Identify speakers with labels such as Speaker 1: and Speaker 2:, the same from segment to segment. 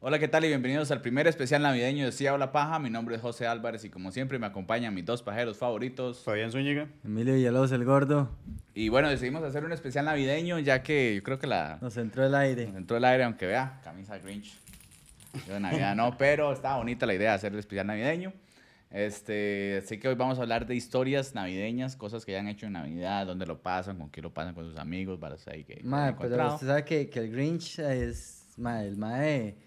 Speaker 1: Hola, ¿qué tal? Y bienvenidos al primer especial navideño de Sí Habla Paja. Mi nombre es José Álvarez y como siempre me acompañan mis dos pajeros favoritos.
Speaker 2: Fabián Zúñiga.
Speaker 3: Emilio Villalobos, el gordo,
Speaker 1: Y bueno, decidimos hacer un especial navideño ya que yo creo que la
Speaker 3: nos entró el aire.
Speaker 1: entró el aire, aunque vea, camisa Grinch. Yo de Navidad no, pero estaba bonita la idea de hacer el especial navideño. Este, así que hoy vamos a hablar de historias navideñas, cosas que ya han hecho en Navidad, dónde lo pasan, con quién lo pasan, con sus amigos, para ahí que que han
Speaker 3: Mae, pero este
Speaker 1: encontrado.
Speaker 3: usted sabe que, que el Grinch es, mae, el mae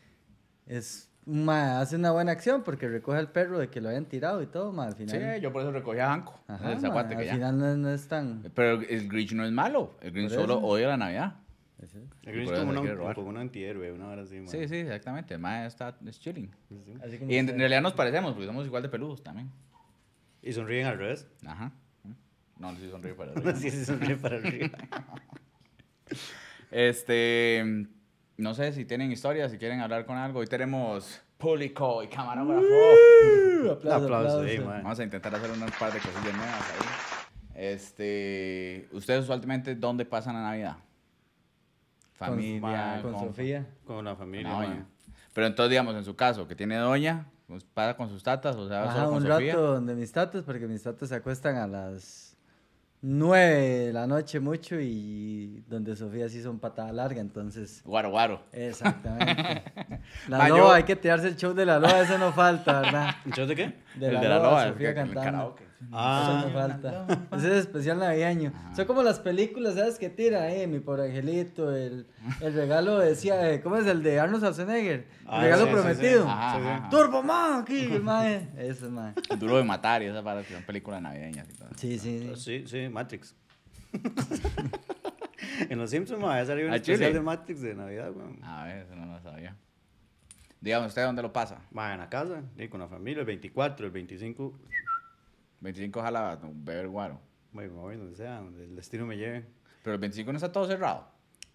Speaker 3: es, mae, hace una buena acción porque recoge al perro de que lo hayan tirado y todo, mae, al
Speaker 1: Sí,
Speaker 3: final.
Speaker 1: yo por eso recogí a Banco,
Speaker 3: Ajá,
Speaker 1: el
Speaker 3: mae,
Speaker 1: zaguate que
Speaker 3: al
Speaker 1: ya.
Speaker 3: final no, es- no es tan...
Speaker 1: Pero el Grinch no es malo, el Grinch
Speaker 3: Por eso.
Speaker 1: solo odia la Navidad.
Speaker 2: El Grinch
Speaker 1: Por eso
Speaker 2: como,
Speaker 1: le
Speaker 2: una-
Speaker 1: quiere robar.
Speaker 2: como un antihéroe, una hora así, man.
Speaker 1: Sí, sí, exactamente. El mae está es chilling.
Speaker 2: Sí.
Speaker 3: Así como
Speaker 1: Y en,
Speaker 3: usted.
Speaker 1: en realidad nos parecemos, porque somos igual de peludos también.
Speaker 2: Y sonríen al revés.
Speaker 1: Ajá. Mm. No, no sí sonríe para arriba.
Speaker 2: Así se sonríe para arriba.
Speaker 1: Este. No sé si tienen historias, si quieren hablar con algo. Hoy tenemos público y camarógrafo.
Speaker 2: Un
Speaker 3: Uh, aplauso,
Speaker 2: aplauso,
Speaker 3: aplauso.
Speaker 2: eh, mae.
Speaker 1: Vamos a intentar hacer un par de cosillas nuevas ahí. Este. ¿Ustedes usualmente dónde pasan la Navidad?
Speaker 3: Con-
Speaker 1: Familia,
Speaker 3: mae, con,
Speaker 1: compa-
Speaker 3: Sofía.
Speaker 2: Con la
Speaker 1: con
Speaker 2: familia,
Speaker 1: la doña.
Speaker 2: man.
Speaker 1: Pero entonces, digamos, en su caso, que tiene doña, pues, pasa con sus tatas, o sea,
Speaker 3: Ajá,
Speaker 1: solo con
Speaker 3: un
Speaker 1: Sofía.
Speaker 3: rato donde mis tatas, porque mis tatas se acuestan a las 9 de la noche mucho y donde Sofía sí son patada larga, entonces...
Speaker 1: Guaro, guaro.
Speaker 3: Exactamente. La
Speaker 1: Ma, yo-
Speaker 3: loa, hay que tirarse el show de la loa, eso no falta, ¿verdad?
Speaker 2: ¿Un show de qué?
Speaker 3: De
Speaker 1: El
Speaker 3: la,
Speaker 1: de la
Speaker 3: loa,
Speaker 1: loa, el
Speaker 3: Sofía
Speaker 1: que- el
Speaker 3: cantando.
Speaker 1: karaoke.
Speaker 3: Eso no
Speaker 2: Ah,
Speaker 3: falta. Ese es especial navideño. Son como las películas, ¿sabes? Que tiran, eh, mi pobre angelito, el, el regalo decía, eh, ¿cómo es el de Arnold Schwarzenegger? El
Speaker 2: Ah,
Speaker 3: regalo
Speaker 2: sí, sí, sí.
Speaker 3: prometido.
Speaker 1: Ajá,
Speaker 2: Sí, sí.
Speaker 1: ajá.
Speaker 3: Turbo Man, aquí, el mae. Eso es mae.
Speaker 1: El Duro de matar y esa para son películas navideñas y todo.
Speaker 3: Sí, sí. sí.
Speaker 2: sí, sí, Matrix. en los Simpsons, man, va a salir un
Speaker 1: ¿A
Speaker 2: especial
Speaker 1: Chile?
Speaker 2: de Matrix de Navidad, man.
Speaker 1: A ver, eso no lo sabía. Dígame usted dónde lo pasa.
Speaker 2: Va en la casa, sí, con la familia, el 24, el 25,
Speaker 1: 25 ojalá beber guaro.
Speaker 2: bueno, me voy donde sea, donde el destino me lleve.
Speaker 1: Pero el 25 no está todo cerrado.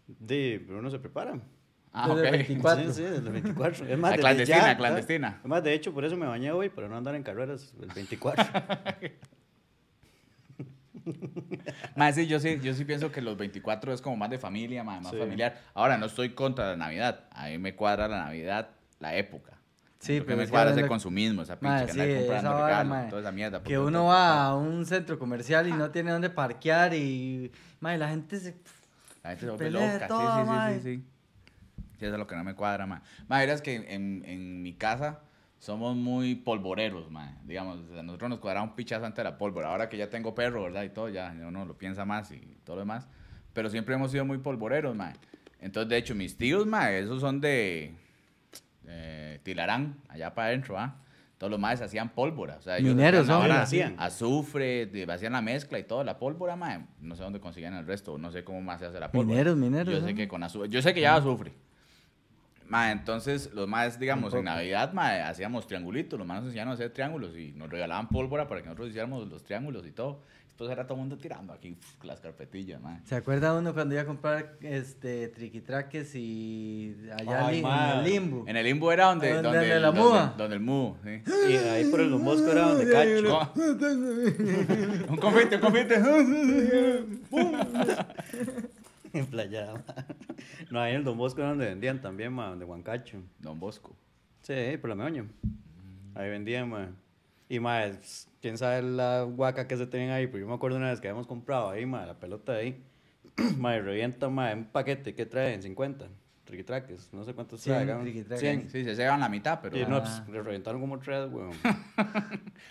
Speaker 2: De, pero uno se prepara.
Speaker 1: Ah,
Speaker 3: Desde el
Speaker 1: ok.
Speaker 3: 24.
Speaker 2: Sí, sí, desde el 24. Es
Speaker 1: A
Speaker 2: más, desde
Speaker 1: clandestina,
Speaker 2: ya,
Speaker 1: a clandestina.
Speaker 2: ¿sabes? Es más, de hecho, por eso me bañé hoy, para no andar en carreras el 24.
Speaker 1: Más sí, yo sí, yo sí pienso que los 24 es como más de familia, más, más
Speaker 2: Sí.
Speaker 1: familiar. Ahora, no estoy contra la Navidad. A mí me cuadra la Navidad, la época.
Speaker 3: Sí,
Speaker 1: Lo que
Speaker 3: pero
Speaker 1: me
Speaker 3: es que
Speaker 1: cuadra
Speaker 3: ahora
Speaker 1: es el
Speaker 3: lo-
Speaker 1: consumismo, esa pinche
Speaker 3: Mae,
Speaker 1: que
Speaker 3: sí,
Speaker 1: andar comprando
Speaker 3: esa vara,
Speaker 1: regalos,
Speaker 3: mae.
Speaker 1: toda esa mierda. porque
Speaker 3: Que uno
Speaker 1: todo-
Speaker 3: va a un centro comercial y no tiene dónde parquear y, mae, la gente se...
Speaker 1: La gente se vuelve
Speaker 3: Pelea de
Speaker 1: loca.
Speaker 3: todo,
Speaker 1: sí, sí,
Speaker 3: mae.
Speaker 1: sí, sí, sí, sí. Eso es lo que no me cuadra, ma. Ma, verás que en, en mi casa somos muy polvoreros, ma. Digamos, a nosotros nos cuadraba un pichazo antes de la pólvora. Ahora que ya tengo perro, ¿verdad? Y todo, ya uno lo piensa más y todo lo demás. Pero siempre hemos sido muy polvoreros, ma. Entonces, de hecho, mis tíos, ma, esos son de eh, Tilarán, allá para adentro, ¿ah? Todos los maes hacían pólvora. O sea, ellos
Speaker 3: Mineros,
Speaker 1: hacían la
Speaker 3: ¿no?
Speaker 1: vara,
Speaker 2: Hacían.
Speaker 1: Azufre, de- hacían la mezcla y todo, la pólvora, mae. No sé dónde conseguían el resto, no sé cómo más se hace la pólvora.
Speaker 3: Mineros, mineros,
Speaker 1: Yo sé
Speaker 3: ¿no?
Speaker 1: que con azufre, yo sé que ya azufre. Mae, entonces los maes, digamos, en Navidad, mae, hacíamos triangulitos, los maes nos enseñaron a hacer triángulos y nos regalaban pólvora para que nosotros hiciéramos los triángulos y todo. Entonces era todo el mundo tirando aquí pf, las carpetillas, mae.
Speaker 3: ¿Se acuerda uno cuando iba a comprar este triquitraques y allá
Speaker 2: Ay,
Speaker 3: li- en
Speaker 2: mae.
Speaker 3: el limbo?
Speaker 1: En el imbo era donde...
Speaker 3: ¿Dónde-
Speaker 1: Donde,
Speaker 3: donde
Speaker 1: el-
Speaker 3: la
Speaker 1: donde-
Speaker 3: muda?
Speaker 1: Donde el mu, sí.
Speaker 2: y ahí por el Don Bosco era donde cacho.
Speaker 1: Co- un confite, un confite.
Speaker 2: En playa. No, ahí en el Don Bosco era donde vendían también, ma, donde Huancacho.
Speaker 1: Don Bosco.
Speaker 2: Sí, ahí por la meoña. Ahí vendían, ma. Y, ma, es- quién sabe la guaca que se tenían ahí. Pero yo me acuerdo una vez que habíamos comprado ahí, ma, la pelota de ahí. ma, y revienta, ma, un paquete. ¿Qué traen? 50. Triquitraques. No sé cuántos
Speaker 3: Cien
Speaker 2: traen.
Speaker 3: triquitraques.
Speaker 1: Sí, se llevan la mitad, pero...
Speaker 2: Y no,
Speaker 3: Ah.
Speaker 2: pues, le reventaron como tres, weón.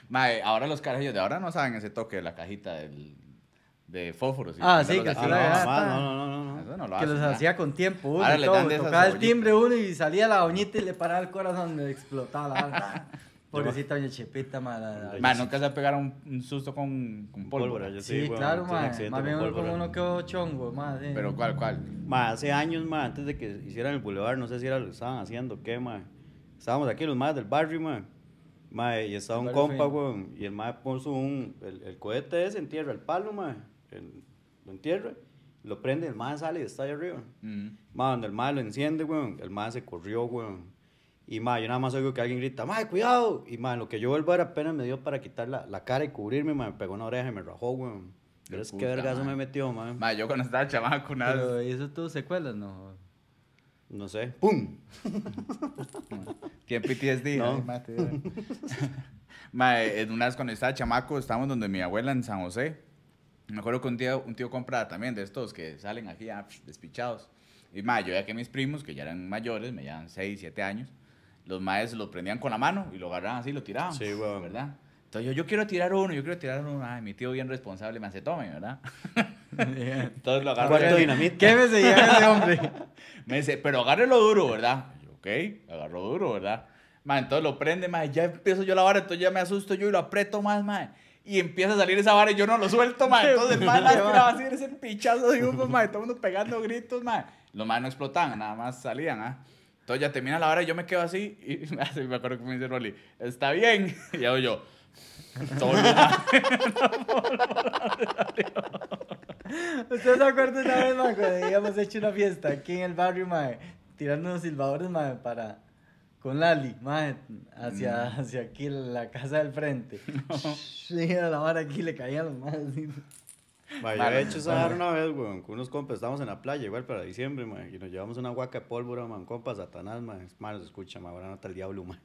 Speaker 1: Mae, ahora los carajillos de ahora no saben ese toque de la cajita del, de fósforos. y
Speaker 3: Ah,
Speaker 1: de
Speaker 3: sí,
Speaker 1: los
Speaker 3: que
Speaker 1: así,
Speaker 2: Ah,
Speaker 3: sí la
Speaker 1: ¿no?
Speaker 3: gata.
Speaker 2: no, ma, no, no, no, no.
Speaker 1: Eso no lo
Speaker 3: que
Speaker 1: hacen,
Speaker 3: los
Speaker 1: ya.
Speaker 3: hacía con tiempo uno
Speaker 1: Ahora
Speaker 3: y
Speaker 1: le
Speaker 3: todo,
Speaker 1: dan de esas
Speaker 3: tocaba el
Speaker 1: cebollitas.
Speaker 3: timbre uno y salía la doñita y le paraba el corazón, le explotaba la verdad. Pobrecita doña Chepita, ma, la- la-
Speaker 2: Ay,
Speaker 1: Ma,
Speaker 2: sí.
Speaker 1: nunca se pegaron un, un susto con, con pólvora.
Speaker 2: Pólvora, yo sí,
Speaker 3: Sí,
Speaker 2: weón,
Speaker 3: claro,
Speaker 2: tuve un
Speaker 3: ma,
Speaker 2: accidente
Speaker 3: más
Speaker 2: con
Speaker 3: bien uno
Speaker 2: pólvora.
Speaker 3: como uno quedó chongo, ma, sí.
Speaker 1: Pero ¿cuál, cuál?
Speaker 2: Ma, hace años, ma, antes de que hicieran el boulevard, no sé si era lo que estaban haciendo, qué, ma. Estábamos aquí los más del barrio, ma. Ma, y estaba
Speaker 3: El
Speaker 2: un
Speaker 3: barrio
Speaker 2: compa,
Speaker 3: fino.
Speaker 2: weón, y el ma puso un, el, el cohete ese en tierra, el palo, ma, el- lo entierra, lo prende, el ma sale y está ahí arriba.
Speaker 1: Mm.
Speaker 2: Ma, cuando el ma lo enciende, weón, el ma se corrió, weón. Y ma, yo nada más oigo que alguien grita, ma, cuidado. Y ma, lo que yo vuelvo era apenas me dio para quitar la, la cara y cubrirme, ma, me pegó una oreja y me rajó, weón. Pero es que
Speaker 1: puta,
Speaker 2: vergazo
Speaker 1: ma.
Speaker 2: me metió, ma.
Speaker 1: Ma, yo cuando estaba chamaco una vez-
Speaker 3: Pero eso tuvo secuelas, no.
Speaker 2: No sé. ¡Pum!
Speaker 1: Tiene PTSD.
Speaker 2: No.
Speaker 1: Ay, mate, ay. Mae, en una vez cuando estaba chamaco, estábamos donde mi abuela en San José. Me acuerdo que un tío, un tío compraba también de estos que salen aquí ah, psh, despichados. Y mae, yo veía que mis primos, que ya eran mayores, me llevan 6, 7 años, los maes lo prendían con la mano y lo agarraban así y lo tiraban.
Speaker 2: Sí, weón.
Speaker 1: ¿Verdad? Entonces yo, yo quiero tirar uno, yo quiero tirar uno. Ay, mi tío bien responsable me hace tome, ¿verdad? Entonces lo agarró.
Speaker 2: Cuarto
Speaker 1: él.
Speaker 2: dinamita.
Speaker 3: ¿Qué me se lleva ese hombre?
Speaker 1: Me dice, pero agárrelo duro, ¿verdad? Y yo, ok, agarró duro, ¿verdad? Ma, entonces lo prende, ma, ya empiezo yo la vara, entonces ya me asusto yo y lo aprieto más, ma. Y empieza a salir esa vara y yo no lo suelto, ma. Entonces, ma, la tiraba así, ese pichazo de humo, ma. y Todo el mundo pegando gritos, ma. Los más no explotaban, nada más salían, ¿ah? Entonces ya termina la vara y yo me quedo así y me hace- me acuerdo que me dice Rolly, está bien. Y hago yo, todo bien.
Speaker 3: ¿Ustedes se acuerdan una vez, mae, cuando habíamos hecho una fiesta aquí en el barrio, mae, tirando unos silbadores, mae, para... Con Lali, mae, hacia, hacia aquí, la casa del frente. Sí, a la hora aquí le caían los madres. así.
Speaker 2: Mae, yo
Speaker 1: Vale,
Speaker 2: he hecho esa vara una vez, weón, con unos compas. Estábamos en la playa, igual para diciembre, mae, y nos llevamos una guaca de pólvora, man, compas, Satanás, man. Manos, escucha, man, ahora nota el diablo, man.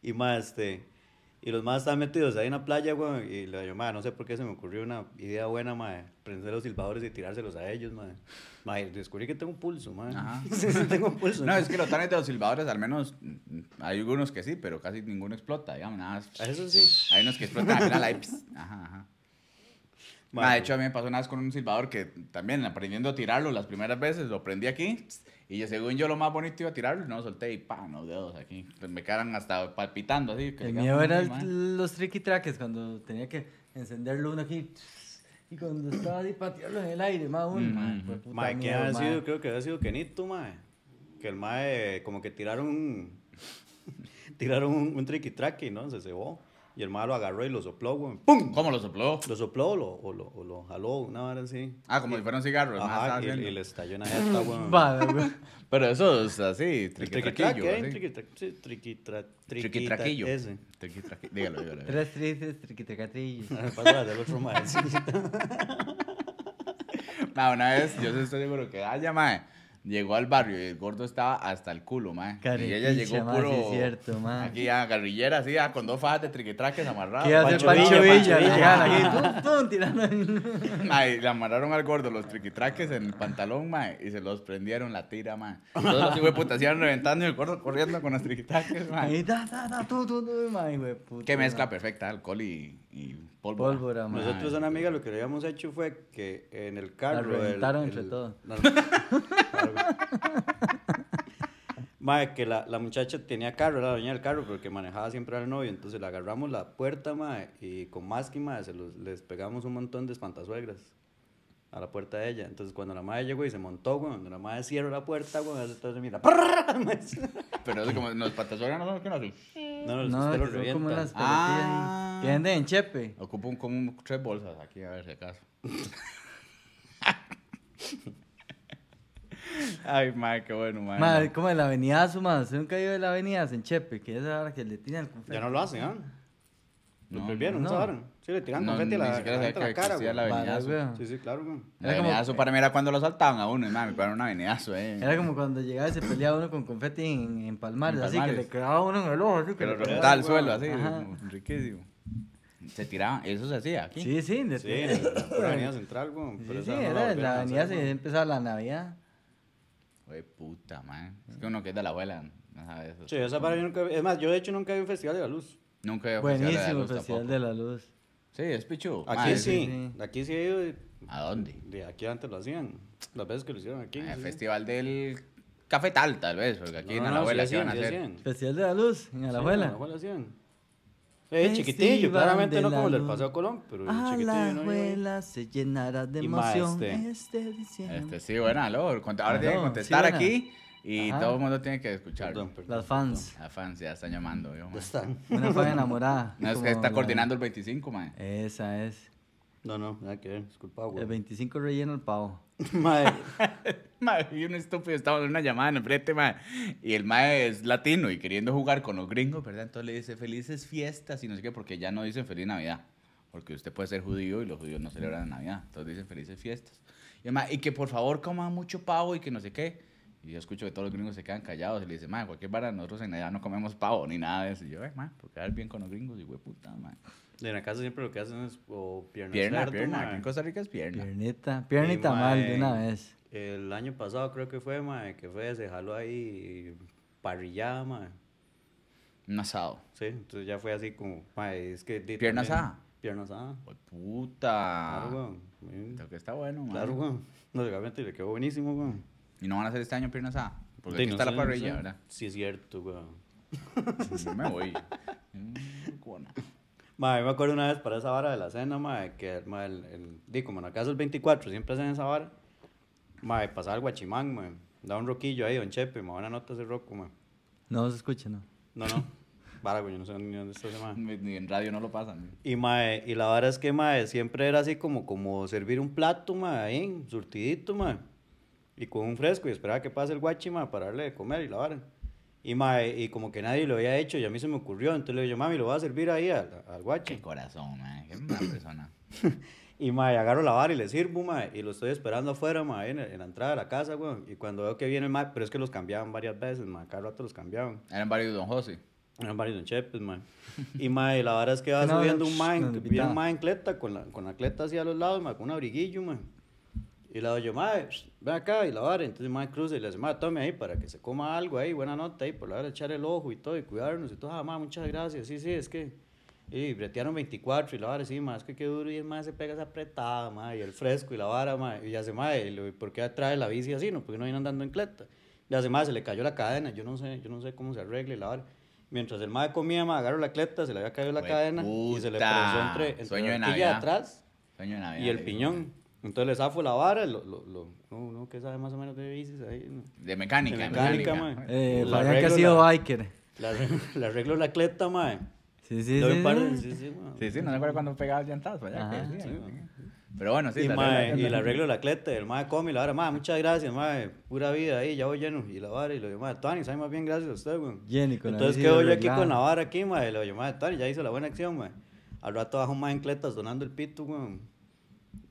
Speaker 2: Y más, este. Y los más estaban metidos ahí en la playa, weón. Y le digo, "Mae, no sé por qué se me ocurrió una idea buena, man, prender los silbadores y tirárselos a ellos, man. Mae, descubrí que tengo pulso, man.
Speaker 1: Ajá.
Speaker 2: Sí, sí, tengo pulso.
Speaker 1: No, es que los tanes de los silbadores, al menos mm, hay algunos que sí, pero casi ninguno explota, digamos, nada más.
Speaker 2: Eso sí.
Speaker 1: Hay unos que explotan al final, ahí, ps, ajá, ajá. Ma,
Speaker 2: Mae,
Speaker 1: de hecho, a mí me pasó una vez con un silbador que también aprendiendo a tirarlo las primeras veces, lo prendí aquí ps, y yo, según yo lo más bonito iba a tirarlo y no lo solté y pa, los dedos aquí. Pues me quedan hasta palpitando así. que
Speaker 3: El
Speaker 1: digamos,
Speaker 3: mío era el-
Speaker 1: ma.
Speaker 3: los tricky traques cuando tenía que encenderlo uno aquí y cuando estaba ahí patearlo en el aire, más uno.
Speaker 1: Ujú,
Speaker 3: mae,
Speaker 1: ujú.
Speaker 3: fue puta
Speaker 2: Mm, Mae, ¿qué
Speaker 3: miedo,
Speaker 2: ha
Speaker 3: mae.
Speaker 2: sido? Creo que ha sido Kenito, mae. Que el mae, como que tiraron. tiraron un, un triqui traqui, ¿no? Se cebó. Y el mae lo agarró y lo sopló, güey. ¡Pum!
Speaker 1: ¿Cómo lo sopló?
Speaker 2: Lo sopló o lo, o lo, o lo jaló, una vara así.
Speaker 1: Ah, como si fuera un cigarro. ma,
Speaker 2: Ajá,
Speaker 1: estaba
Speaker 2: y,
Speaker 1: haciendo.
Speaker 2: y le estalló una jeta, güey.
Speaker 3: Vale, güey.
Speaker 1: Pero eso es así,
Speaker 2: El triqui traqui, ¿eh? Triqui traqui. Sí, triqui tra- triqui tra-
Speaker 1: Triquitraquillo.
Speaker 2: Ese.
Speaker 1: Triquitraquillo. Dígalo, dígalo. dígalo.
Speaker 3: Tres tristes triquitracatrillos.
Speaker 2: Pasa del otro mae. sí.
Speaker 1: Ma, Ah, una vez, yo sí estoy seguro que Daya, mae, llegó al barrio y el gordo estaba hasta el culo, mae. Y ella
Speaker 3: Carepicha,
Speaker 1: llegó
Speaker 3: mae,
Speaker 1: puro.
Speaker 3: sí es cierto, mae.
Speaker 1: Aquí a guerrillera, así, ah, con dos fajas de triquitraques amarradas.
Speaker 3: ¿Qué hace
Speaker 2: Ah, Pancho
Speaker 3: Pancho
Speaker 2: Villa,
Speaker 3: Villa?
Speaker 2: Pancho
Speaker 3: La
Speaker 2: Villa.
Speaker 3: gana aquí, tum, tum, tirando.
Speaker 1: Mae, le amarraron al gordo los triquitraques en el pantalón, mae, y se los prendieron la tira, mae. Todos los hijos de puta se iban reventando y el gordo corriendo con los triquitraques, mae.
Speaker 3: Ahí, Eh, da, da, da, tum, tum, tum, mae, güey, puta,
Speaker 1: Qué mezcla
Speaker 3: mae.
Speaker 1: perfecta, alcohol y, y pólvora.
Speaker 3: Pólvora, mae.
Speaker 2: Nosotros, una amiga, lo que le habíamos hecho fue que en el carro.
Speaker 3: La
Speaker 2: el-
Speaker 3: reventaron
Speaker 2: el-
Speaker 3: entre todos.
Speaker 2: No, no. Claro, güey. Mae, que la, la muchacha tenía carro, era la dueña del carro, pero que manejaba siempre al novio. Entonces le agarramos la puerta, mae, y con más que mae, se los- les pegamos un montón de espantazuegras a la puerta de ella. Entonces cuando la madre llegó y se montó, güey, cuando la madre cierra la puerta, güey, hace todo ese mira, ¡prrrra! mae.
Speaker 1: Pero es como los patasoras no son los que no hacen.
Speaker 2: No, no,
Speaker 3: No,
Speaker 2: usted lo
Speaker 3: que son como
Speaker 2: revienta.
Speaker 3: unas pelotillas
Speaker 1: Ah.
Speaker 3: ahí, que venden en Chepe.
Speaker 1: Ocupo un- como un- tres bolsas aquí, a ver si acaso. Ay, madre, qué bueno, madre.
Speaker 3: Madre, como en la avenida Azuma, ¿usted nunca ha ido de la avenida en Chepe? Que es ahora que le tiran el confeti.
Speaker 2: Ya no lo hacen, ¿ah? Lo
Speaker 1: No,
Speaker 2: prohibieron,
Speaker 3: no.
Speaker 2: ¿no saben? Sí, le tiran
Speaker 1: No,
Speaker 2: confeti a la,
Speaker 1: ni
Speaker 2: a
Speaker 1: siquiera
Speaker 2: la
Speaker 1: sabía
Speaker 2: gente a la
Speaker 1: que
Speaker 2: cara,
Speaker 1: existía
Speaker 2: güey.
Speaker 1: la avenidazo.
Speaker 3: Vale, güey.
Speaker 2: Sí, sí, claro, güey.
Speaker 1: La
Speaker 3: Era como-
Speaker 1: avenidazo para mí era cuando lo saltaban a uno, y mami, para una avenidazo, eh.
Speaker 3: Era como cuando llegaba y se peleaba uno con confeti en, en Palmares,
Speaker 1: En
Speaker 3: así que
Speaker 1: Palmares.
Speaker 3: le quedaba uno en el ojo. Así que
Speaker 1: que lo
Speaker 3: le quedaba-
Speaker 1: reventaba al suelo, así,
Speaker 3: Ajá.
Speaker 1: como riquísimo. Se tiraban, eso se hacía aquí.
Speaker 3: Sí, sí, le
Speaker 2: Sí,
Speaker 3: tira-
Speaker 2: en la pura avenida central, güey.
Speaker 3: Sí,
Speaker 2: pero
Speaker 3: sí,
Speaker 2: esa no la
Speaker 3: era en
Speaker 2: volvieron
Speaker 3: la
Speaker 2: a
Speaker 3: avenida
Speaker 2: hacer,
Speaker 3: se
Speaker 2: güey.
Speaker 3: empezaba la Navidad.
Speaker 1: Oye, puta, man. Es que uno que es de la abuela, no sabe eso.
Speaker 2: Sí, esa para yo nunca vi- Es más, yo de hecho nunca vi un festival de la luz.
Speaker 1: Nunca he
Speaker 3: Buenísimo el Festival de la Luz.
Speaker 1: Sí, es pichu.
Speaker 2: Aquí
Speaker 1: madre,
Speaker 2: sí.
Speaker 3: Ah, sí.
Speaker 2: Aquí sí he ido. y-
Speaker 1: ¿A dónde?
Speaker 2: De aquí antes lo hacían. Las veces que lo hicieron aquí.
Speaker 1: Ah, El
Speaker 2: sí.
Speaker 1: festival del cafetal, tal vez, porque aquí
Speaker 2: No,
Speaker 1: en
Speaker 2: no,
Speaker 1: la abuela
Speaker 2: sí
Speaker 1: ¿qué van a
Speaker 2: hacían, sí
Speaker 1: hacer.
Speaker 2: hacían.
Speaker 3: Festival de la Luz, en
Speaker 2: Sí,
Speaker 3: Alajuela.
Speaker 2: Alajuela hacían. Eh,
Speaker 3: Festival
Speaker 2: chiquitillo, claramente
Speaker 3: de
Speaker 2: no como el
Speaker 3: la
Speaker 2: del
Speaker 3: luz. Ah,
Speaker 2: Paseo Colón, pero chiquitillo no iba ahí.
Speaker 3: Alajuela se llenará de
Speaker 2: Y más
Speaker 3: emoción
Speaker 2: este.
Speaker 3: este diciembre.
Speaker 1: Este, sí, bueno, aló. Ahora
Speaker 3: Aló,
Speaker 1: tienen que contestar
Speaker 3: sí, buena.
Speaker 1: aquí y
Speaker 3: Ajá.
Speaker 1: todo el mundo tiene que escuchar.
Speaker 2: Perdón, Pues, perdón.
Speaker 3: Las fans.
Speaker 1: La fans ya están llamando, yo,
Speaker 2: Ya
Speaker 1: man.
Speaker 2: están.
Speaker 3: Una fan enamorada.
Speaker 1: No, es
Speaker 3: como
Speaker 1: que está
Speaker 3: la-
Speaker 1: coordinando el 25, man.
Speaker 3: Esa es.
Speaker 2: No, no, nada que ver. Disculpa, güey.
Speaker 3: El 25 relleno el pavo.
Speaker 2: Madre.
Speaker 1: Mae, y un estúpido estaba en una llamada en el frente, mae, y el mae es latino y queriendo jugar con los gringos, ¿verdad? Entonces le dice felices fiestas y no sé qué, porque ya no dicen feliz Navidad, porque usted puede ser judío y los judíos no celebran Navidad, entonces dicen felices fiestas. Y, el mae, y que por favor coman mucho pavo y que no sé qué. Y yo escucho que todos los gringos se quedan callados y le dicen, ma, cualquier vara, nosotros en Navidad no comemos pavo ni nada de eso. Y yo, eh, ma, por quedar bien con los gringos, y güey, puta, ma.
Speaker 2: En la casa siempre lo que hacen es o pierna, de
Speaker 1: Pierna,
Speaker 2: cerdo,
Speaker 1: pierna.
Speaker 2: mae.
Speaker 1: Aquí en Costa Rica es pierna.
Speaker 3: Piernita, pierna y tamal de una
Speaker 2: Eh, mae,
Speaker 3: vez.
Speaker 2: El año pasado creo que fue, mae, que fue, se jaló ahí parrillada, mae.
Speaker 1: Un asado.
Speaker 2: Sí, entonces ya fue así como, mae, es que... di-
Speaker 1: Pierna
Speaker 2: también-
Speaker 1: asada. Ah.
Speaker 2: Pierna asada.
Speaker 1: Güey, puta.
Speaker 2: Claro, weón. Mm,
Speaker 1: Creo que está bueno, ma.
Speaker 2: Claro, weón. No, realmente le quedó buenísimo, weón.
Speaker 1: Y no van a hacer este año pierna asada. Porque
Speaker 2: Di,
Speaker 1: aquí
Speaker 2: no
Speaker 1: está
Speaker 2: sé,
Speaker 1: la
Speaker 2: no
Speaker 1: parrilla,
Speaker 2: sé.
Speaker 1: ¿verdad?
Speaker 2: Sí, es cierto, weón.
Speaker 1: Yo me voy. Mm, cona.
Speaker 2: Mae, me acuerdo una vez para esa vara de la cena, mae, que mae, el, el- di, como en la casa el 24 siempre hacen esa vara. Mae, pasaba el guachimán, mae. Da un roquillo ahí, don Chepe, mae, buena nota ese roco, mae.
Speaker 3: No se escucha, no.
Speaker 2: No, no. Vara, güey, yo no sé ni dónde está ese mae.
Speaker 1: Ni ni en radio no lo pasan.
Speaker 2: Y, mae, y la vara es que, mae, siempre era así como, como servir un plato, mae, ahí, surtidito, mae. Y con un fresco y esperaba que pase el guachi, mae, para darle de comer y la vara. Y, mae, y como que nadie lo había hecho y a mí se me ocurrió. Entonces le dije, mami, lo voy a servir ahí al, al guachi.
Speaker 1: Qué corazón, man. Qué mala persona.
Speaker 2: Y mae, agarro la vara y le sirvo, mae, y lo estoy esperando afuera, mae, en, en la entrada de la casa, güey. Y cuando veo que viene el mae, pero es que los cambiaban varias veces, mae, cada rato los cambiaban.
Speaker 1: Eran varios Don José.
Speaker 2: Eran varios chepes, mae. Y mae, la vara es que va
Speaker 3: No, no,
Speaker 2: subiendo un mae,
Speaker 3: no, no,
Speaker 2: viene
Speaker 3: no.
Speaker 2: un mae en cleta, con la, con la cleta así a los lados, mae, con un abriguillo, mae. Y la doy yo, mae, sh, ven acá y la vara. Entonces, mae, cruza y le dice, mae, tome ahí para que se coma algo ahí, buena nota ahí, por la hora echar el ojo y todo, y cuidarnos y todo. Ah, mae, muchas gracias, sí, sí, es que. Y bretearon 24 y la vara, sí, mae, es que qué duro. Y el mae se pega esa apretada, mae, y el fresco y la vara, mae. Y ya se, mae, y lo- ¿por qué trae la bici así? No, porque no viene andando en cleta. Ya se, mae, se le cayó la cadena, yo no sé, yo no sé cómo se arregle y la vara. Mientras el mae comía, mae, agarró la cleta, se le había caído la
Speaker 1: Jue
Speaker 2: cadena y se le
Speaker 1: puta,
Speaker 2: prensó entre, entre
Speaker 1: sueño
Speaker 2: la
Speaker 1: de
Speaker 2: horquilla de
Speaker 1: Navidad.
Speaker 2: atrás
Speaker 1: Sueño de Navidad.
Speaker 2: y el
Speaker 1: le digo,
Speaker 2: piñón. Entonces le zafo la vara, lo, lo, lo- no, no, que sabe más o menos de bicis ahí. no.
Speaker 1: man. De mecánica.
Speaker 2: De
Speaker 1: De mecánica,
Speaker 2: mecánica,
Speaker 1: man.
Speaker 3: Eh,
Speaker 2: La
Speaker 3: Fabián que ha
Speaker 2: regla, la-
Speaker 3: sido biker.
Speaker 2: Le arreglo, le arreglo la cleta, mae.
Speaker 3: Sí, sí,
Speaker 2: Doy un
Speaker 3: sí,
Speaker 2: par
Speaker 3: sí.
Speaker 2: de- sí, sí, mae.
Speaker 1: Sí, sí, no me acuerdo cuando pegaba el llantazo allá. que
Speaker 3: Ajá.
Speaker 1: decía,
Speaker 2: Sí,
Speaker 1: ¿no?
Speaker 2: man.
Speaker 1: Pero bueno, sí.
Speaker 2: y,
Speaker 1: la
Speaker 2: mae,
Speaker 1: regla-
Speaker 2: y le arreglo la cleta, el mae come y la vara, mae, muchas gracias, mae, pura vida ahí, ya voy lleno. Y la vara, y lo digo, mae, Tony, sabe más bien gracias a usted, güey.
Speaker 3: Jenny, con la
Speaker 2: Entonces
Speaker 3: bici
Speaker 2: quedo yo aquí
Speaker 3: arreglada.
Speaker 2: con la vara aquí, mae, y le digo, mae, Tony, ya hizo la buena acción, mae. Al rato bajo un mae en cletas donando el pito, güey.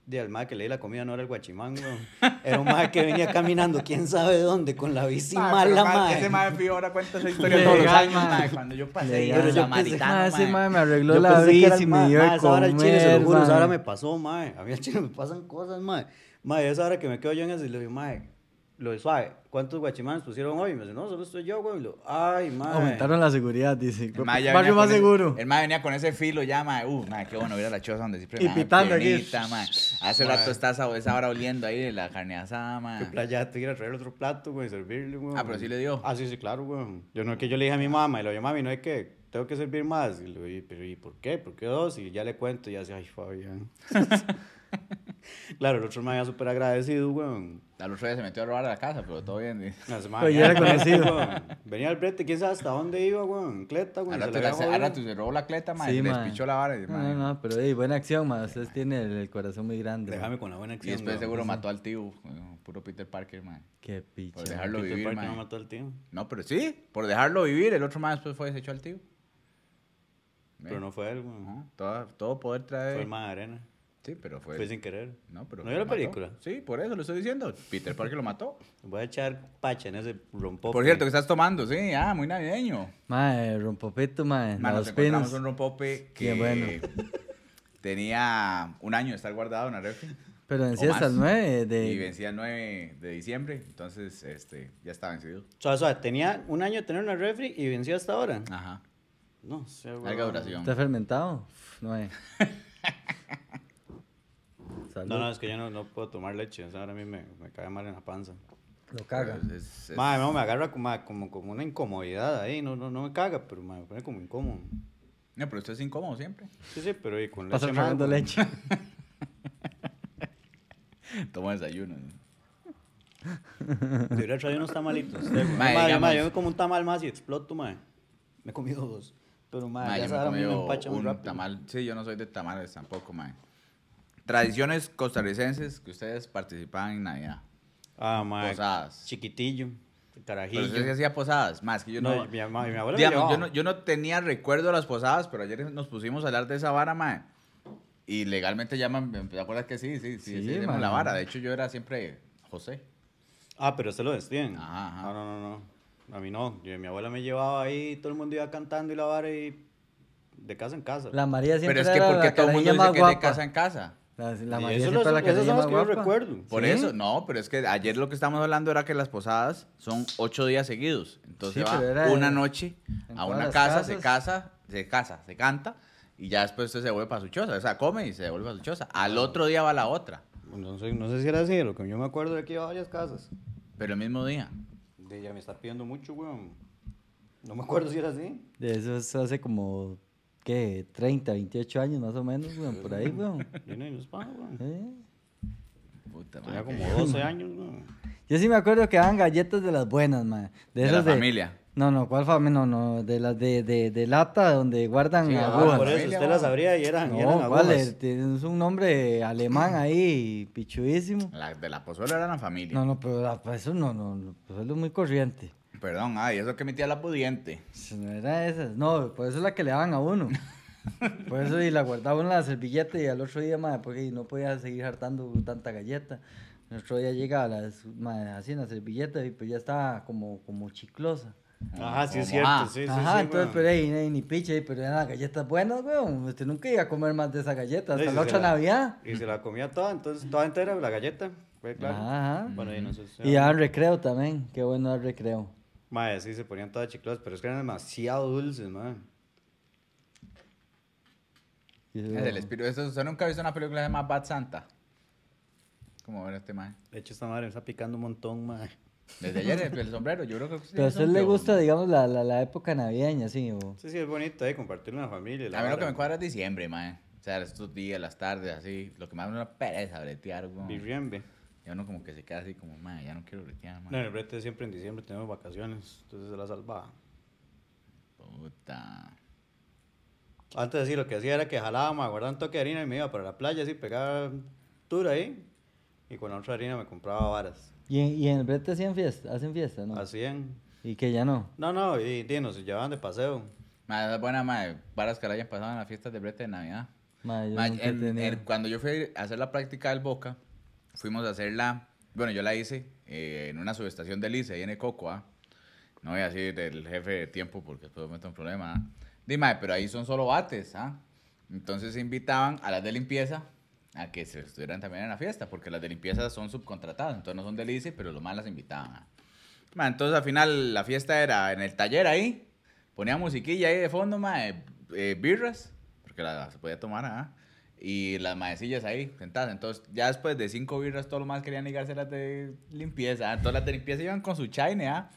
Speaker 2: De al mae que le di la comida no era el guachimán, güey. Era un mae que venía caminando, quién sabe dónde, con la bici
Speaker 1: Ah, pero
Speaker 2: mala,
Speaker 1: ma-
Speaker 2: mae.
Speaker 1: Ese mae Pío ahora cuenta esa historia
Speaker 3: Legal,
Speaker 1: todos los años,
Speaker 3: ma.
Speaker 1: mae. Cuando yo pasé,
Speaker 3: Legal.
Speaker 1: era
Speaker 2: Pero yo
Speaker 1: samaritano,
Speaker 3: pensé, "Ma, ese
Speaker 1: mae.
Speaker 3: ma me arregló
Speaker 2: Yo
Speaker 3: la
Speaker 2: pensé que era
Speaker 3: bici,
Speaker 2: el
Speaker 3: me
Speaker 2: ma-
Speaker 3: dio de
Speaker 2: ma, esa hora el chile, se lo juro, esa hora
Speaker 3: comer,
Speaker 2: me pasó, mae. A mí al chile me pasan cosas, mae. Mae, esa hora que me quedo yo en eso y le digo, mae, lo de suave, ¿cuántos guachimanes pusieron hoy? Y me dice, no, solo estoy yo, güey. Y lo, ay, mae.
Speaker 3: Aumentaron la seguridad, dice.
Speaker 1: El mae ya
Speaker 3: Barrio
Speaker 1: venía
Speaker 3: más
Speaker 1: con ese-
Speaker 3: seguro.
Speaker 1: El mae venía con ese filo ya, mae. Uh, mae, qué bueno ir a la choza donde siempre
Speaker 3: Y
Speaker 1: me dan
Speaker 3: pitando aquí.
Speaker 1: piernita, mae. Hace rato estás a esa hora oliendo ahí de la carne asada,
Speaker 2: Que
Speaker 1: mae.
Speaker 2: playa, te ir a traer otro plato, güey, servirle, güey.
Speaker 1: Ah, pero sí le dio.
Speaker 2: Ah, sí, sí, claro, güey. Yo no es que yo le dije a mi mamá, y le dije, mami, no es que tengo que servir más. Y le digo, "¿Y- pero ¿y por qué? ¿Por qué dos? Y ya le cuento, y ya dice, ay, Fabián. claro, el otro me había súper agradecido, güey.
Speaker 1: Al otro día se metió a robar a la casa, pero todo bien. dice.
Speaker 2: La semana.
Speaker 3: Pero Pues ya era
Speaker 2: Venía al brete,
Speaker 3: conocido.
Speaker 2: weón. Venía al brete, quién sabe hasta dónde iba, weón. En Cleta, weón.
Speaker 1: Al rato,
Speaker 2: se la
Speaker 1: la-
Speaker 2: había
Speaker 1: al
Speaker 2: jodido.
Speaker 1: rato se robó la cleta, mae.
Speaker 3: Sí,
Speaker 1: y
Speaker 3: mae.
Speaker 1: le pichó la vara. Y,
Speaker 3: No,
Speaker 1: mae.
Speaker 3: no, no, pero ey, buena acción, ma. Ustedes tienen el corazón muy grande. ma.
Speaker 2: Déjame con la buena
Speaker 1: y
Speaker 2: acción.
Speaker 1: después
Speaker 2: weón.
Speaker 1: seguro mató al tío. weón, Puro Peter Parker, mae.
Speaker 3: Qué
Speaker 1: Por
Speaker 3: picha.
Speaker 1: dejarlo
Speaker 2: Peter
Speaker 1: vivir,
Speaker 2: Parker no
Speaker 1: mae.
Speaker 2: mató al tío.
Speaker 1: No, pero sí, por dejarlo vivir. El otro mae después fue y se echó al tío.
Speaker 2: Pero no fue él, weón.
Speaker 1: Ajá, Todo, todo poder traer.
Speaker 2: Fue el más arena.
Speaker 1: Sí, pero fue.
Speaker 2: Fue sin querer.
Speaker 1: No, pero
Speaker 2: ¿No
Speaker 1: lo
Speaker 2: vio la
Speaker 1: mató.
Speaker 2: película?
Speaker 1: Sí, por eso lo estoy diciendo. Peter Parker lo mató.
Speaker 2: Voy a echar pacha en ese rompope.
Speaker 1: Por cierto, que estás tomando, sí, ah, muy navideño.
Speaker 3: Mae, rompopito, mae.
Speaker 1: Ma, nos
Speaker 3: Los
Speaker 1: encontramos
Speaker 3: pinos.
Speaker 1: un rompope
Speaker 3: Qué
Speaker 1: que
Speaker 3: bueno.
Speaker 1: tenía un año de estar guardado en la refri
Speaker 3: Pero
Speaker 1: o
Speaker 3: vencía hasta
Speaker 1: más.
Speaker 3: el 9
Speaker 1: y
Speaker 3: eh, de.
Speaker 1: vencía el 9 de diciembre, entonces este, ya está vencido.
Speaker 2: Suave, suave, Tenía un año de tener una refri y venció hasta ahora.
Speaker 1: Ajá,
Speaker 2: No sé, weón.
Speaker 1: larga duración.
Speaker 3: ¿Está fermentado? Uf, No hay. Salud.
Speaker 2: No, no, es que yo no, no puedo tomar leche. o sea, ahora a mí me, me cae mal en la panza.
Speaker 3: Lo caga.
Speaker 1: Pero es- es-
Speaker 2: Madre, no, me agarra como, como, como una incomodidad ahí. No, no, no me caga, pero mae, me pone como incómodo.
Speaker 1: No, pero usted es incómodo siempre.
Speaker 2: Sí, sí, pero y con leche.
Speaker 3: Pasa
Speaker 2: más,
Speaker 3: tragando
Speaker 2: weón.
Speaker 3: leche.
Speaker 1: Toma desayuno. ¿no?
Speaker 2: Te hubiera traído unos tamalitos. Usted, güey.
Speaker 1: Mae,
Speaker 2: Mae, mae,
Speaker 1: digamos-
Speaker 2: yo me como un tamal más y exploto, mae. Me he comido dos. Pero, mae,
Speaker 1: Ma,
Speaker 2: ya
Speaker 1: yo
Speaker 2: esa hora a mí
Speaker 1: me he
Speaker 2: me
Speaker 1: comido
Speaker 2: empacha muy
Speaker 1: un
Speaker 2: rápido.
Speaker 1: tamal. Sí, yo no soy de tamales tampoco, mae. Tradiciones costarricenses que ustedes participaban en Navidad.
Speaker 2: Ah, mae.
Speaker 1: Posadas.
Speaker 2: Chiquitillo.
Speaker 1: Pero
Speaker 2: Carajillo.
Speaker 1: usted sí hacía posadas, más que yo no.
Speaker 2: no, y mi, ama- y mi abuela
Speaker 1: Digamos,
Speaker 2: me
Speaker 1: yo no,
Speaker 2: llevaba.
Speaker 1: yo no tenía recuerdo de las posadas, pero ayer nos pusimos a hablar de esa vara, mae. Y legalmente llaman, ¿te acuerdas que sí? Sí, sí, sí,
Speaker 3: Sí,
Speaker 1: hacemos la
Speaker 3: mae.
Speaker 1: vara. De hecho, yo era siempre José.
Speaker 2: Ah, pero usted lo vestían.
Speaker 1: Ajá, ajá.
Speaker 2: Ah, no, no, no. A mí no. Yo- mi abuela me llevaba ahí, todo el mundo iba cantando y la vara y de casa en casa.
Speaker 3: La María siempre
Speaker 1: Pero es que
Speaker 3: era
Speaker 1: porque
Speaker 3: la
Speaker 1: todo el mundo dice
Speaker 3: carajilla más
Speaker 1: que
Speaker 3: guapa.
Speaker 1: de casa en casa.
Speaker 3: La, la
Speaker 2: Y
Speaker 3: María
Speaker 2: esos
Speaker 3: siempre
Speaker 2: los-
Speaker 3: era la
Speaker 2: esos
Speaker 3: carajilla
Speaker 2: son los
Speaker 3: más
Speaker 2: que yo
Speaker 3: guapa.
Speaker 2: recuerdo.
Speaker 1: Por
Speaker 3: ¿Sí?
Speaker 1: eso, no, pero es que ayer lo que estábamos hablando era que las posadas son ocho días seguidos. Entonces
Speaker 3: Sí,
Speaker 1: va
Speaker 3: pero era
Speaker 1: una
Speaker 3: en-
Speaker 1: noche
Speaker 3: en
Speaker 1: a
Speaker 3: todas
Speaker 1: una
Speaker 3: las
Speaker 1: casa, se
Speaker 3: casas.
Speaker 1: casa, se casa, se canta y ya después usted se vuelve para su choza. O sea, come y se vuelve para su choza. Al otro día va la otra,
Speaker 2: No sé, no sé si era así, lo que yo me acuerdo de que iba a varias casas.
Speaker 1: pero el mismo día.
Speaker 2: De ella me está pidiendo mucho, weón. No me acuerdo si era así.
Speaker 3: De eso es hace como, ¿qué? 30, 28 años más o menos, weón, por ahí, weón.
Speaker 2: Yo no, yo estaba, weón.
Speaker 3: ¿Eh?
Speaker 1: Puta
Speaker 2: Tenía
Speaker 1: madre,
Speaker 2: como 12 años, weón.
Speaker 3: Yo sí me acuerdo que daban galletas de las buenas, man. De,
Speaker 1: De
Speaker 3: esas
Speaker 1: la
Speaker 3: de-
Speaker 1: familia.
Speaker 3: No, no, ¿cuál familia? No, no, de las de, de, de lata donde guardan
Speaker 1: Sí, ah,
Speaker 3: agujas.
Speaker 2: por eso
Speaker 1: familia,
Speaker 2: usted
Speaker 1: weón.
Speaker 2: las abría y eran,
Speaker 3: No,
Speaker 2: y eran
Speaker 3: ¿cuál
Speaker 2: agujas.
Speaker 3: es? Tienes un nombre alemán ahí, pichudísimo.
Speaker 1: La de la pozuela era la familia.
Speaker 3: No, no, pero la- pues eso no, no, no, pues eso es muy corriente.
Speaker 1: Perdón, ay, eso que mi tía la pudiente.
Speaker 3: Eso No era esas, no, por eso es la que le daban a uno. Por eso y la guardaba uno en la servilleta y al otro día, madre, porque no podía seguir hartando tanta galleta. El otro día llegaba la, mae, así en la servilleta y pues ya estaba como, como chiclosa.
Speaker 2: Ajá, sí es
Speaker 1: Como,
Speaker 2: cierto,
Speaker 1: ah.
Speaker 2: sí, sí,
Speaker 3: Ajá,
Speaker 2: sí,
Speaker 3: entonces,
Speaker 2: weón.
Speaker 3: pero ahí ahí ni piche, ahí, pero eran las galletas buenas, weón. Usted nunca iba a comer más de esas galletas,
Speaker 2: Sí,
Speaker 3: hasta
Speaker 2: sí,
Speaker 3: la
Speaker 2: se
Speaker 3: otra Navidad.
Speaker 2: Y se la comía toda, entonces toda entera, la galleta. Fue claro.
Speaker 3: Ajá, ajá.
Speaker 2: Bueno, y no sé si-
Speaker 3: Y daban recreo también, qué bueno el recreo.
Speaker 2: Mae, sí, se ponían todas chiclosas, pero es que eran demasiado dulces, mae.
Speaker 3: Y eso-
Speaker 1: Es el Ah, espíritu. Eso, ¿Usted nunca ha visto una película de más Bad Santa? Como ver este man.
Speaker 2: De hecho, esta madre me está picando un montón, mae.
Speaker 1: Desde ayer el, el sombrero, yo creo que sí,
Speaker 3: Pero a
Speaker 1: el
Speaker 3: usted le
Speaker 1: sombrero.
Speaker 3: gusta, digamos, la, la, la época navideña, sí, o...
Speaker 2: Sí, sí, es bonito, eh, compartirlo en la familia. la
Speaker 1: A mí lo que
Speaker 2: vara.
Speaker 1: me cuadra es diciembre, man. O sea, estos días, las tardes, así. Lo que más me da una pereza bretear, weón.
Speaker 2: Birriembe.
Speaker 1: Ya uno como que se queda así como, man, ya no quiero bretear, man.
Speaker 2: No, en el brete siempre en diciembre tenemos vacaciones, entonces se la salvaba.
Speaker 1: Puta.
Speaker 2: Antes sí, lo que hacía era que jalaba, me guardaba un toque de harina y me iba para la playa, así, pegaba tour ahí. Y con la otra harina me compraba varas.
Speaker 3: ¿Y, en- y en el brete hacían fiesta, hacen fiesta, ¿no?
Speaker 2: Hacían.
Speaker 3: Y que ya no.
Speaker 2: No, no, y, y nos llevaban de paseo.
Speaker 1: Man, esa es buena, man. Varas que la hayan pasado en las fiestas de brete de Navidad.
Speaker 3: Ma, yo
Speaker 1: Ma,
Speaker 3: nunca he
Speaker 1: en- en-
Speaker 3: tenido.
Speaker 1: cuando yo fui a hacer la práctica del Boca, fuimos a hacerla, bueno, yo la hice eh, en una subestación del ICE, ahí en Ecocoa. No voy a decir del jefe de tiempo porque después me meto en problema. Dime, pero ahí son solo bates, ¿ah? Entonces se invitaban a las de limpieza a que se estuvieran también en la fiesta, porque las de limpieza son subcontratadas, entonces no son del ICE, pero los más las invitaban. ah. Ma, entonces al final la fiesta era en el taller ahí, ponía musiquilla ahí de fondo, ma, eh, eh, birras, porque la, se podía tomar, ah, y las maecillas ahí sentadas. Entonces ya después de cinco birras, todo lo más querían ligarse las de limpieza, ah, entonces las de limpieza iban con su chaine, ah.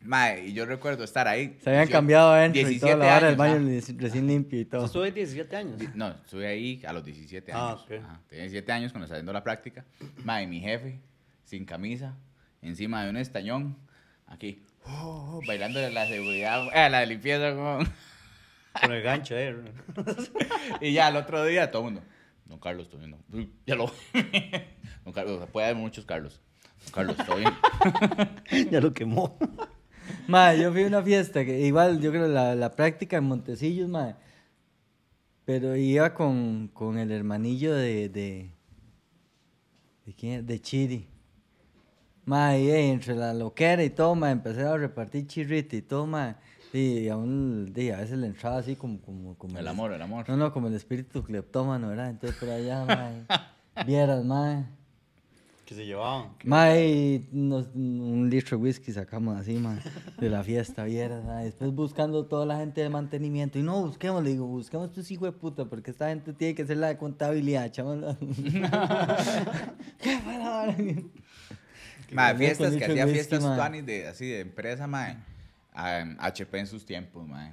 Speaker 1: Ma, y yo recuerdo estar ahí.
Speaker 3: Se habían
Speaker 1: diecio-
Speaker 3: cambiado adentro y
Speaker 1: 17
Speaker 3: toda la hora, el
Speaker 1: años,
Speaker 3: baño
Speaker 1: ah.
Speaker 3: li- recién limpio y todo.
Speaker 2: Estuve 17 años.
Speaker 1: Di- No, estuve ahí a los 17
Speaker 2: Ah,
Speaker 1: años.
Speaker 2: ok.
Speaker 1: Ajá, Tenía 17 años cuando estaba haciendo la práctica. Madre, mi jefe, sin camisa, encima de un estañón, aquí, oh, oh, bailando la seguridad, eh, la de limpieza. weón.
Speaker 2: Con el gancho, eh.
Speaker 1: Y ya al otro día, todo el mundo, don Carlos, todo bien, don- ya lo. Don Carlos, o sea, puede haber muchos Carlos. Don Carlos, todo bien.
Speaker 2: ya lo quemó.
Speaker 3: Madre, yo fui a una fiesta, que igual yo creo la, la práctica en Montecillos, madre. Pero iba con, con el hermanillo de. ¿De, ¿de quién? es? De Chiri. Madre, y ahí entre la loquera y todo, madre, empecé a repartir chirrita y todo, madre. Y a, un, y a veces le entraba así como. como, como
Speaker 1: El amor, el amor.
Speaker 3: No, no, como el espíritu cleptómano, ¿verdad? Entonces por allá, madre. Vieras, madre.
Speaker 2: Que se llevaban.
Speaker 3: Mae, nos- un litro de whisky sacamos así, mae, de la fiesta, vieras, mae. Después buscando toda la gente de mantenimiento. Y no, busquemos, le digo, busquemos estos hijos de puta, porque esta gente tiene que ser la de contabilidad, chaval. ¿Qué palabra?
Speaker 1: Madre,
Speaker 3: bonito,
Speaker 1: fiestas, que
Speaker 3: Nicho
Speaker 1: hacía
Speaker 3: Whisky,
Speaker 1: fiestas
Speaker 3: madre.
Speaker 1: tuanis de, así de empresa, madre. Am, HP en sus tiempos, madre.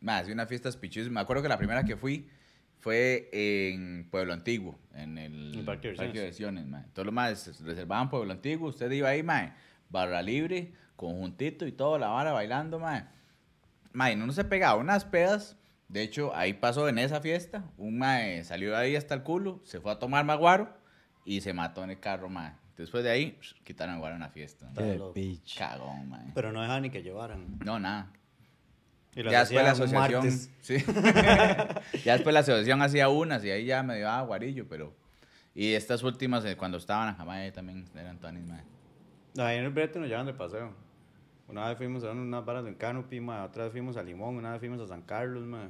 Speaker 1: Madre, hacía unas fiestas pichísimas. Me acuerdo que la primera que fui fue en Pueblo Antiguo, en el,
Speaker 2: El Parque de Diversiones.
Speaker 1: Diversiones, madre. Todos los más reservaban Pueblo Antiguo, usted iba ahí, madre, barra libre, conjuntito y todo, la vara bailando, madre. Mae, no se pegaba unas pedas. De hecho, ahí pasó en esa fiesta. Un mae salió de ahí hasta el culo, se fue a tomar maguaro y se mató en el carro, mae. Después de ahí, quitaron maguaro en la fiesta. mae.
Speaker 3: Qué
Speaker 2: loco.
Speaker 3: picha.
Speaker 1: Cagón, mae.
Speaker 2: Pero no dejaban ni que llevaran.
Speaker 1: No, nada.
Speaker 2: Y
Speaker 1: Ya después la
Speaker 2: hacían un
Speaker 1: asociación.
Speaker 2: martes.
Speaker 1: sí. ya después la asociación hacía unas y ahí ya me daba guarillo, pero. Y estas últimas, eh, cuando estaban en Jamaica, también eran todas mae.
Speaker 2: Ahí en el brete nos llevan de paseo. Una vez fuimos a unas varas en Canopy, ma, otra vez fuimos a Limón, una vez fuimos a San Carlos, ma.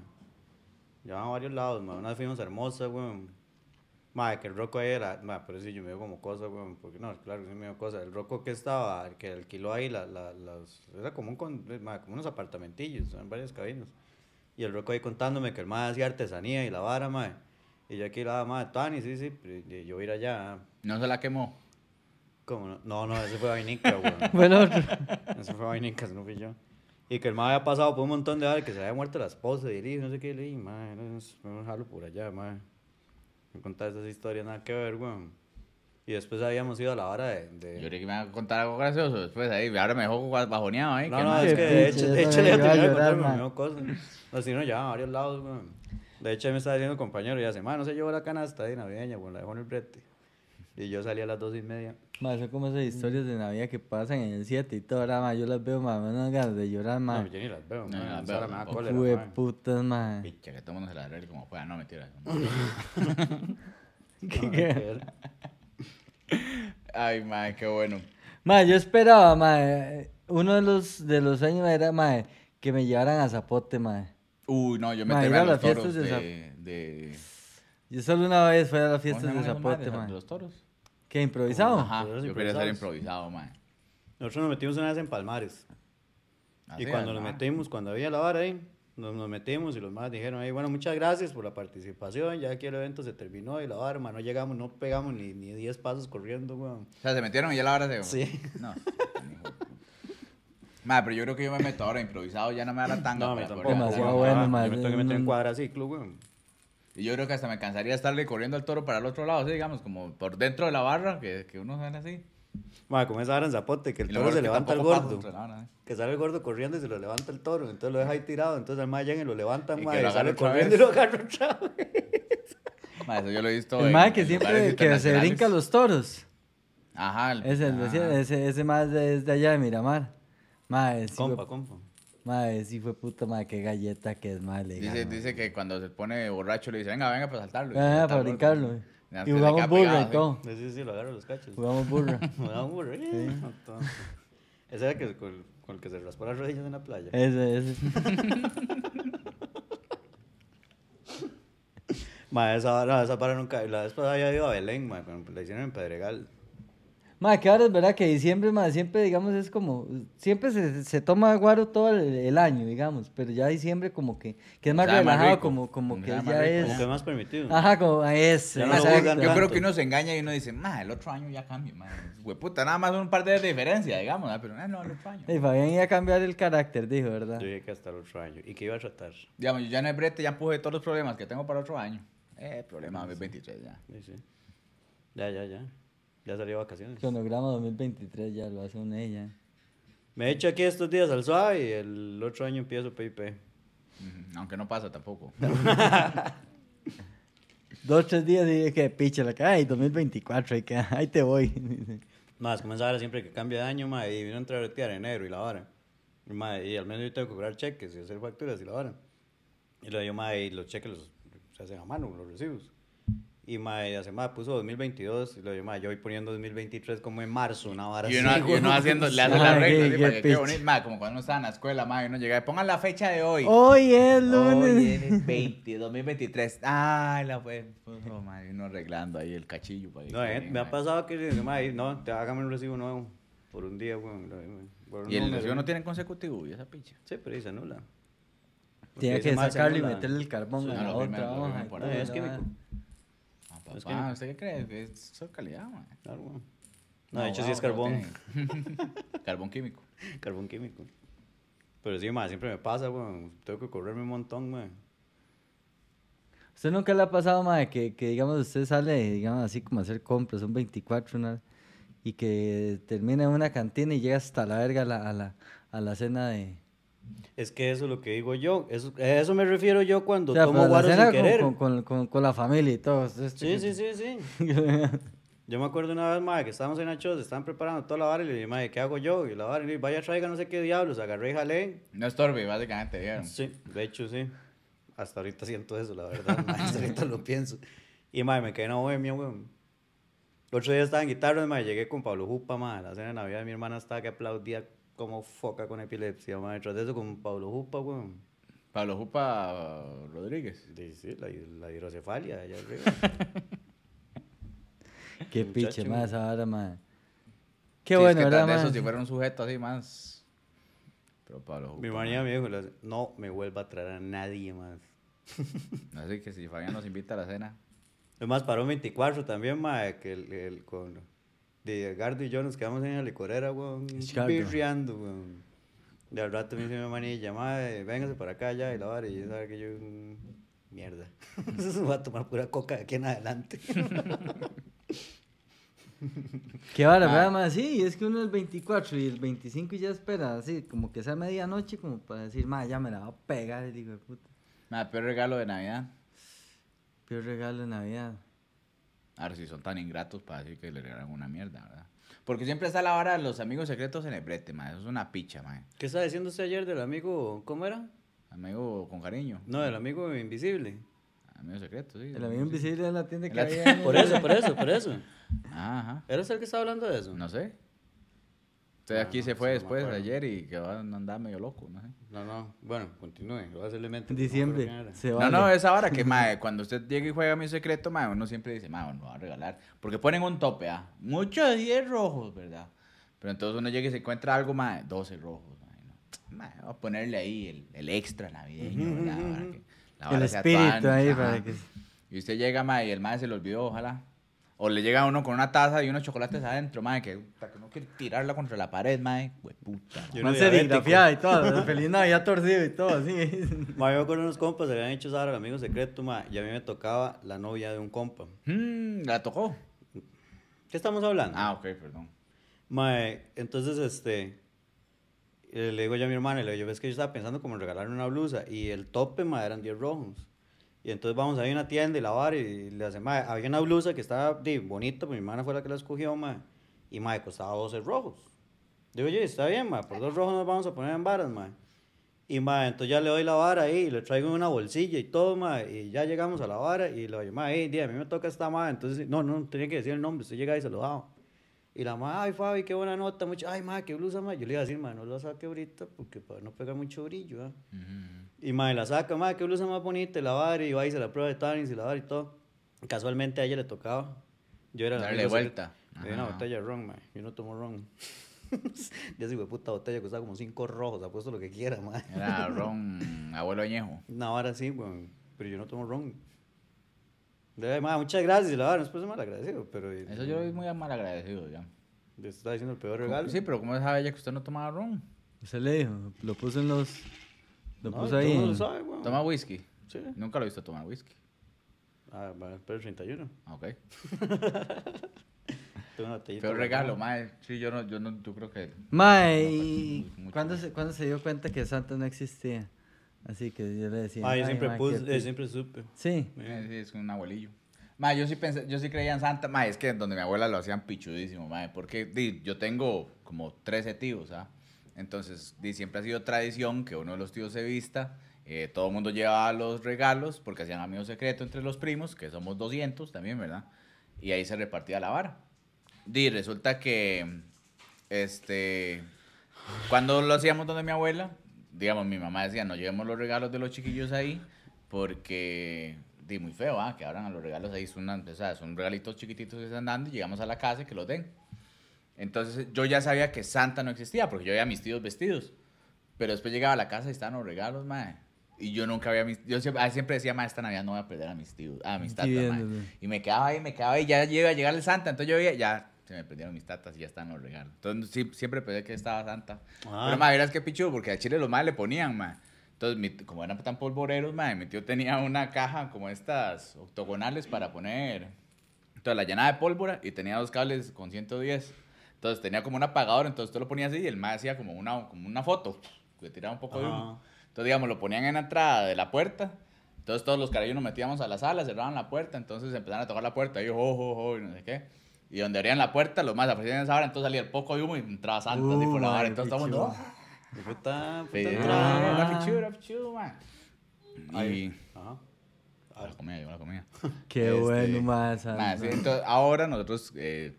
Speaker 2: Llevaban a varios lados, ma. Una vez fuimos a Hermosa, weón. Ma, que el roco ahí era, ma, pero sí, yo me veo como cosa, weón, porque no, claro, sí me veo cosa. El roco que estaba, el que alquiló ahí, la, la- las, era como, un, con- ma, como unos apartamentillos, eran varias cabinas. Y el roco ahí contándome que el ma hacía artesanía y la vara, ma. Y yo aquí la ma, Tani, sí, sí, pero y- y yo voy a ir allá. ah.
Speaker 1: No se la quemó.
Speaker 2: ¿Cómo no? No, no, ese fue Vainica, weón.
Speaker 3: Bueno,
Speaker 2: Eso fue Vainica, no fui yo. Y que el mae había pasado por un montón de horas, que se había muerto la esposa y el hijo, no sé qué, y le dije, mae, no, no, no, jalo por allá, mae. Me contar esas historias, nada que ver, weón. Y después habíamos ido a la hora de... de-
Speaker 1: Yo creo que me van a contar algo gracioso después ahí. Ahora me dejó bajoneado ahí.
Speaker 2: No,
Speaker 1: que
Speaker 2: no,
Speaker 1: no.
Speaker 2: es que de
Speaker 3: Qué
Speaker 2: hecho,
Speaker 3: pinche,
Speaker 2: de
Speaker 3: yo
Speaker 2: hecho le
Speaker 3: también
Speaker 2: iba
Speaker 3: iba a
Speaker 2: a terminar de
Speaker 3: llorar,
Speaker 2: contarme
Speaker 3: mae.
Speaker 2: mismo cosas. No, si no, ya a varios lados, weón. De hecho, me estaba diciendo un compañero, y hace, mae, no se llevó la canasta de navideña, weón, la dejó en el brete. Y yo salí a las dos y media.
Speaker 3: ma, son como esas historias de Navidad que pasan en el 7 y todo, ahora, ma, yo las veo, ma, me dan unas ganas de llorar,
Speaker 2: No,
Speaker 3: ma.
Speaker 2: yo ni las veo,
Speaker 1: No,
Speaker 2: mae,
Speaker 1: ni las
Speaker 2: esa
Speaker 1: veo
Speaker 2: hora me da
Speaker 1: tampoco.
Speaker 2: cólera,
Speaker 3: Jue
Speaker 2: mae.
Speaker 3: putas, ma.
Speaker 1: Picha, que todo el mundo se la arregle como pueda. No, mentira.
Speaker 2: No, nada que ver.
Speaker 1: Ay, madre, qué bueno.
Speaker 3: Ma, yo esperaba, ma, eh, uno de los, de los años era, ma, que me llevaran a Zapote, ma.
Speaker 1: Uy, no, yo me
Speaker 3: Ma,
Speaker 1: temé
Speaker 3: ir a
Speaker 1: a los
Speaker 3: las fiestas
Speaker 1: toros
Speaker 3: de Zap-
Speaker 1: de... de...
Speaker 3: Yo solo una vez fui a las
Speaker 1: ¿cómo se
Speaker 3: fiestas de
Speaker 1: llaman esas madres?
Speaker 3: Zapote, ma.
Speaker 1: ¿De los toros?
Speaker 3: ¿Qué, improvisado?
Speaker 1: Ajá,
Speaker 2: Toros
Speaker 1: yo quería ser
Speaker 2: improvisados.
Speaker 1: improvisado, madre.
Speaker 2: Nosotros nos metimos una vez en Palmares. y cuando nos metimos, cuando había la vara ahí, nos, nos metimos y los más dijeron ahí, bueno, muchas gracias por la participación, ya que el evento se terminó y la vara, ma, no llegamos, no pegamos ni ni 10 pasos corriendo, weón.
Speaker 1: O sea, se metieron y ya la hora se...
Speaker 2: Sí.
Speaker 1: No. Madre, pero yo creo que yo me meto ahora improvisado, ya Ah, no me da la tanga.
Speaker 2: No, me
Speaker 1: para
Speaker 2: tampoco.
Speaker 1: correr.
Speaker 3: Demasiado
Speaker 2: weón,
Speaker 3: bueno,
Speaker 2: ah,
Speaker 3: ma,
Speaker 2: Yo me tengo que meter
Speaker 3: no,
Speaker 2: en
Speaker 3: no.
Speaker 2: cuadraciclo, weón.
Speaker 1: Y yo creo que hasta me cansaría de estarle corriendo al toro para el otro lado, así, digamos, como por dentro de la barra, que, que uno sale así.
Speaker 2: Ma, como esa vara en zapote, que el
Speaker 1: Y lo peor
Speaker 2: toro se
Speaker 1: es que
Speaker 2: levanta al
Speaker 1: tampoco pasa
Speaker 2: gordo.
Speaker 1: dentro de la barra, ¿eh?
Speaker 2: Que sale el gordo corriendo y se lo levanta el toro, entonces lo deja ahí tirado, entonces al más llegan y lo levantan,
Speaker 1: Y
Speaker 2: ma,
Speaker 1: que
Speaker 2: y
Speaker 1: lo agarra
Speaker 2: sale
Speaker 1: otra
Speaker 2: corriendo y
Speaker 1: vez.
Speaker 2: lo agarra otra vez.
Speaker 1: Ma, eso yo lo he visto.
Speaker 3: El
Speaker 1: en-
Speaker 3: ma que
Speaker 1: en lugares
Speaker 3: siempre que se
Speaker 1: internacionales.
Speaker 3: brinca los toros.
Speaker 1: Ajá.
Speaker 3: Es el de
Speaker 1: ajá.
Speaker 3: cie- ese, ese más de, es de allá de Miramar. Madre, sí
Speaker 2: Compa,
Speaker 3: fue,
Speaker 2: compa.
Speaker 3: madre, sí fue puta, madre, qué galleta que es, madre. le
Speaker 1: Dice,
Speaker 3: gano.
Speaker 1: dice que cuando se pone borracho le dice, venga, venga para saltarlo.
Speaker 3: Ah,
Speaker 1: salta
Speaker 3: para
Speaker 1: al gordo.
Speaker 3: brincarlo.
Speaker 1: Ya,
Speaker 3: Y
Speaker 1: se le
Speaker 3: jugamos
Speaker 1: queda
Speaker 3: burra
Speaker 1: pegado,
Speaker 3: y
Speaker 1: sí.
Speaker 3: todo.
Speaker 2: Sí, sí, sí, lo agarra los cachos.
Speaker 3: Jugamos burra.
Speaker 2: Me da un burro, eh, no tanto. Ese era que, con, con el que se raspó las rodillas en la playa.
Speaker 3: Ese, ese.
Speaker 2: Ma, esa, no, esa para nunca. La vez pasada había ido a Belén, ma, cuando la hicieron en Pedregal.
Speaker 3: Madre, que ahora es verdad que diciembre, madre, siempre, digamos, es como. Siempre se, se toma guaro todo el, el año, digamos. Pero ya diciembre, como que, que es más
Speaker 1: Sabe más
Speaker 3: relajado,
Speaker 1: rico.
Speaker 3: como, como
Speaker 1: Sabe
Speaker 3: que
Speaker 1: más
Speaker 3: ya
Speaker 1: rico.
Speaker 2: Como
Speaker 3: es.
Speaker 2: que más permitido.
Speaker 3: Ajá, como ah, ese.
Speaker 2: Ya no
Speaker 1: Ma,
Speaker 2: lo
Speaker 1: ¿sabe?
Speaker 2: juzgan
Speaker 1: yo creo
Speaker 2: tanto.
Speaker 1: que uno se engaña y uno dice, ma, el otro año ya cambio, ma. Hueputa, nada más un par de diferencias, digamos, ah, pero ah, no, el otro año.
Speaker 3: Y Fabián iba a cambiar el carácter, dijo, ¿verdad?
Speaker 2: Yo dije que hasta el otro año. ¿Y que iba a tratar? Sí,
Speaker 1: Digamos, yo ya no es brete, ya empujé todos los problemas que tengo para otro año. Eh, problema 2023 ya.
Speaker 2: sí. Ya, ya, ya. Ya salió de vacaciones.
Speaker 3: Cronograma 2023 ya lo hace una ella.
Speaker 2: Me he hecho aquí estos días al suave y el otro año empiezo PIP.
Speaker 1: Ujú, Aunque no pasa tampoco.
Speaker 3: Dos, tres días y dije que picha la cara. Ay, 2024, ahí, queda, ahí te voy.
Speaker 2: Más, como esa vara siempre que cambia de año, ma, y vino a entrar a en enero y la vara. Y, ma, y al menos yo tengo que cobrar cheques y hacer facturas y la vara. Y lo yo, ma, y los cheques los, se hacen a mano, los recibos. Y, ma, y hace, ma, puso 2022 y lo yo, ma, yo voy poniendo 2023 como en marzo, una vara
Speaker 1: Y uno,
Speaker 2: así,
Speaker 1: y uno
Speaker 2: güey.
Speaker 1: haciendo, le hace la
Speaker 3: Ay,
Speaker 1: regla,
Speaker 3: qué-
Speaker 1: así, para
Speaker 3: qué
Speaker 1: que quede
Speaker 3: picha.
Speaker 1: bonito. Ma, como cuando uno estaba en la escuela, ma, y uno llegaba, pongan la fecha de hoy.
Speaker 3: Hoy es lunes.
Speaker 1: Hoy es 20, 2023. Ay, la pues, pues, no, ma, y uno arreglando ahí el cachillo. Para que
Speaker 2: No,
Speaker 1: quede
Speaker 2: eh,
Speaker 1: bien,
Speaker 2: me ha
Speaker 1: ma.
Speaker 2: pasado que, dice, ma, y no, te hágame un recibo nuevo por un día, güey. lo- bueno,
Speaker 1: Y el
Speaker 2: número.
Speaker 1: recibo no tiene consecutivo, y esa picha.
Speaker 2: Sí, pero dice nula.
Speaker 3: Tiene que sacarlo y meterle el carbón
Speaker 1: Sí,
Speaker 3: a
Speaker 1: no,
Speaker 3: la
Speaker 1: lo firman,
Speaker 3: otra
Speaker 1: lo
Speaker 3: hoja.
Speaker 1: firman
Speaker 3: y
Speaker 1: por
Speaker 3: todo,
Speaker 1: ahí.
Speaker 3: la
Speaker 2: Es que
Speaker 3: vara.
Speaker 1: Ah, papá,
Speaker 2: Es que no-
Speaker 1: ¿usted qué cree? Que Es eso es calidad, ma.
Speaker 2: Claro, güey. No, de hecho sí
Speaker 1: wow,
Speaker 2: es carbón.
Speaker 1: pero tiene- carbón químico.
Speaker 2: Carbón químico. Pero sí, ma, siempre me pasa, weón. Tengo que correrme un montón, weón.
Speaker 3: ¿Usted nunca le ha pasado, madre, que, que digamos usted sale, digamos así como a hacer compras, un 24, una, y que termina en una cantina y llega hasta la verga a la, a la, a la cena de...
Speaker 2: Es que eso es lo que digo yo. Eso, a eso me refiero yo cuando
Speaker 3: O sea,
Speaker 2: tomo
Speaker 3: pero la
Speaker 2: guaro
Speaker 3: cena
Speaker 2: sin
Speaker 3: con-
Speaker 2: querer.
Speaker 3: con, este con, con- con la familia y todo. usted-
Speaker 2: Sí, sí, sí, sí. Yo me acuerdo una vez, madre, que estábamos en Nachos, estaban preparando toda la vara y le dije, madre, ¿qué hago yo? Y la vara, y le dije, vaya, traiga no sé qué diablos, agarré y jalé.
Speaker 1: No estorbe, básicamente, dijeron.
Speaker 2: Sí, de hecho, sí. Hasta ahorita siento eso, la verdad, madre, hasta ahorita lo pienso. Y, madre, me quedé en una bohemia, weón. Otro día estaba en guitarra, mae, llegué con Pablo Jupa, mae, la cena de Navidad, mi hermana estaba que aplaudía como foca con epilepsia, mae, tras de eso con Pablo Jupa, weón.
Speaker 1: Pablo Jupa Rodríguez.
Speaker 2: Sí, sí, la, la hidrocefalia allá arriba.
Speaker 3: Qué
Speaker 2: Muchacho,
Speaker 3: piche,
Speaker 2: mae.
Speaker 3: más esa vara, mae.
Speaker 1: Sí,
Speaker 3: Qué
Speaker 1: es
Speaker 3: bueno,
Speaker 1: que
Speaker 3: ¿verdad,
Speaker 1: tal vez
Speaker 3: mae?
Speaker 1: eso si fuera un sujeto así más. Pero Pablo Jupa.
Speaker 2: mi hermana me dijo, la- no me vuelva a traer a nadie más.
Speaker 1: Así que si Fabián nos invita a la cena.
Speaker 2: Además, paró 24 también, mae, que el, el- con... De Gardo y yo nos quedamos en la licorera, weón,
Speaker 3: Gardo.
Speaker 2: birriando, weón. De al rato me dice mi manilla, mae, eh, véngase para acá ya y la vara, y sabe que yo... mm, Mierda. Eso va a tomar pura coca de aquí en adelante.
Speaker 3: Qué vara,
Speaker 1: Mae.
Speaker 3: ¿verdad, mae? Sí, es que uno el 24 y el 25 y ya espera, así, como que sea medianoche, como para decir, mae, ya me la va a pegar, y digo, puta.
Speaker 1: Nada, peor regalo de Navidad.
Speaker 3: Peor regalo de Navidad.
Speaker 1: Ahora, si son tan ingratos para decir que le regalan una mierda, ¿verdad? Porque siempre está la vara de los amigos secretos en el brete, ma. Eso es una picha, ma.
Speaker 2: ¿Qué estaba diciendo usted ayer del amigo... ¿Cómo era?
Speaker 1: Amigo con cariño.
Speaker 2: No, del amigo invisible.
Speaker 1: Amigo secreto, sí.
Speaker 3: El amigo invisible es la tienda que
Speaker 1: La-
Speaker 3: había. en
Speaker 2: Por
Speaker 3: el-
Speaker 2: eso, por eso, por eso.
Speaker 1: Ah, ajá.
Speaker 2: ¿Era usted el que estaba hablando de eso?
Speaker 1: No sé. Usted
Speaker 2: Ah, No,
Speaker 1: aquí se
Speaker 2: no,
Speaker 1: fue
Speaker 2: sí, no me
Speaker 1: después
Speaker 2: acuerdo.
Speaker 1: ayer y que va a andar medio loco, no sé.
Speaker 2: No, no. Bueno, continúe. Lo voy a hacerle mente.
Speaker 3: En diciembre.
Speaker 2: No me acuerdo quién
Speaker 3: Se va.
Speaker 1: No, no, es ahora que, mae, cuando usted llega y juega mi secreto, mae, uno siempre dice, mae, no va a regalar. Porque ponen un tope, ¿ah? Muchos 10 rojos, ¿verdad? Pero entonces uno llega y se encuentra algo, mae, 12 rojos, mae. ¿no? Mae, vamos a ponerle ahí el, el extra navideño, ¿verdad? Para que la
Speaker 3: El
Speaker 1: vara sea
Speaker 3: espíritu
Speaker 1: tuanis,
Speaker 3: ahí
Speaker 1: ajá.
Speaker 3: para que.
Speaker 1: Y usted llega, mae, y el mae se lo olvidó, ojalá. O le llega a uno con una taza y unos chocolates adentro, mae, que, puta, que uno quiere tirarla contra la pared, mae. Hueputa, mae.
Speaker 2: Yo-
Speaker 3: Man
Speaker 2: era diabético.
Speaker 3: serigrafiada y todo, feliz Navidad torcido y todo, así.
Speaker 2: era. Ma, yo con unos compas le habían hecho usar al amigo secreto, ma, y a mí me tocaba la novia de un compa.
Speaker 1: Mm, la tocó.
Speaker 2: ¿Qué estamos hablando?
Speaker 1: Ah, ok, perdón.
Speaker 2: Ma, eh, entonces, este, eh, le digo yo a mi hermana, le digo, yo ves que yo estaba pensando como en regalarle una blusa, y el tope, ma, eran 10 rojos. Y entonces vamos a ir a una tienda y lavar, y le hace, ma, había una blusa que estaba di, bonita, pues mi hermana fue la que la escogió, ma, y ma, costaba 12 rojos. Digo, oye, está bien, ma, por dos rojos nos vamos a poner en varas, ma. Y ma, entonces ya le doy la vara ahí, y le traigo una bolsilla y todo, ma, y ya llegamos a la vara, y le digo, ma, hey, di, a mí me toca esta ma, entonces, no, no, tenía que decir el nombre, usted llega y se lo daba. Y la madre, ay, Fabi, qué buena nota, mucho, ay, madre, qué blusa, madre. Yo le iba a decir, madre, no la saque ahorita porque para no pegar mucho brillo, ¿ah?
Speaker 1: Ujú.
Speaker 2: Y madre, la saca, madre, qué blusa más bonita, y la vara, y va y se la prueba de tanning, se la vara y todo. Casualmente a ella le tocaba. Yo era la
Speaker 1: Darle vuelta.
Speaker 2: Me dio una
Speaker 1: Ajá.
Speaker 2: botella de ron, madre. Yo no tomo ron. ya se puta botella, costaba como cinco rojos, apuesto lo que quiera, madre.
Speaker 1: Era Ron, abuelo añejo.
Speaker 2: Una vara así, güey, pero yo no tomo ron. De madre, muchas gracias, y la vara, después se mal agradecido, pero.
Speaker 1: Eso yo lo vi muy mal agradecido, ya.
Speaker 2: Le estaba diciendo el peor regalo.
Speaker 1: Sí, pero ¿cómo sabe ella que usted no tomaba ron?
Speaker 3: Usted le dijo, lo puso en los. Lo
Speaker 2: No,
Speaker 3: puso
Speaker 2: todo el
Speaker 3: ahí.
Speaker 2: mundo
Speaker 3: en-
Speaker 2: lo sabe, güey.
Speaker 1: Toma whisky.
Speaker 2: Sí.
Speaker 1: Nunca lo he visto tomar whisky.
Speaker 2: Ah, va, pero el 31.
Speaker 1: Ah, Ok.
Speaker 2: Tengo una botellita
Speaker 1: Peor
Speaker 2: de
Speaker 1: regalo,
Speaker 2: ron.
Speaker 1: mae. Sí, yo no, yo no, yo creo que.
Speaker 3: Mae,
Speaker 1: No, pues,
Speaker 3: ¿y
Speaker 1: mucho
Speaker 3: ¿cuándo
Speaker 1: más.
Speaker 3: se, cuándo se dio cuenta que Santa no existía? Así que yo le decía.
Speaker 2: Ah,
Speaker 3: "Ay,
Speaker 2: yo siempre
Speaker 3: mae,
Speaker 2: puse,
Speaker 3: qué
Speaker 2: eh,
Speaker 3: pi-".
Speaker 2: siempre supe.
Speaker 3: Sí.
Speaker 1: Eh, Sí, es un abuelillo. Mae, yo sí pensé, yo sí creía en Santa. Mae, es que donde mi abuela lo hacían pichudísimo, mae. Porque di, yo tengo como 13 tíos, ¿ah? Entonces, di, siempre ha sido tradición que uno de los tíos se vista. eh, todo el mundo llevaba los regalos porque hacían amigos secreto entre los primos, que somos 200 también, ¿verdad? Y ahí se repartía la vara. Di, resulta que, este, cuando lo hacíamos donde mi abuela, digamos, mi mamá decía, no llevemos los regalos de los chiquillos ahí, porque, di, muy feo, ¿ah? Que abran a los regalos ahí, son, una- o sea, son regalitos chiquititos que están dando y llegamos a la casa y que los den. Entonces, yo ya sabía que Santa no existía, porque yo veía a mis tíos vestidos. Pero después llegaba a la casa y estaban los regalos, madre. Y yo nunca había mis... Yo siempre, ah, siempre decía, madre, esta Navidad no voy a perder a mis tíos, a mis tatas, mae".
Speaker 3: viéndolo.
Speaker 1: Y me quedaba ahí, me quedaba ahí, ya llega a llegar el Santa. Entonces yo veía, ya se me perdieron mis tatas y ya están los regalos. Entonces sí, siempre pensé que estaba Santa.
Speaker 2: Ah.
Speaker 1: Pero, madre, verás que pichu, porque a Chile los madres le ponían, madre. Entonces, mi- como eran tan polvoreros, madre, mi tío tenía una caja como estas octogonales para poner entonces la llenaba de pólvora y tenía dos cables con 110. Entonces tenía como un apagador, entonces tú lo ponías así y el más hacía como una, como una foto, que tiraba un poco de humo. Entonces, digamos, lo ponían en la entrada de la puerta. Entonces todos los carayos nos metíamos a la sala, cerraban la puerta, entonces empezaron a tocar la puerta, y yo, jo, jo, jo", y no sé qué. Y donde abrían la puerta, los más ofrecían esa hora, entonces salía el poco de humo y entraba Santa, así por la
Speaker 3: Uh,
Speaker 1: vara.
Speaker 3: madre,
Speaker 1: Entonces todo el
Speaker 3: pichu.
Speaker 1: mundo,
Speaker 2: Y Puta, puta
Speaker 1: "Ah,
Speaker 2: entrada.
Speaker 1: era pichu, era pichu, man".
Speaker 2: Ay,
Speaker 1: Y-
Speaker 2: Ajá.
Speaker 1: la comida, yo la comía.
Speaker 3: Qué
Speaker 1: Este,
Speaker 3: bueno, mae. esa-
Speaker 1: Mae, sí, entonces, ahora nosotros eh,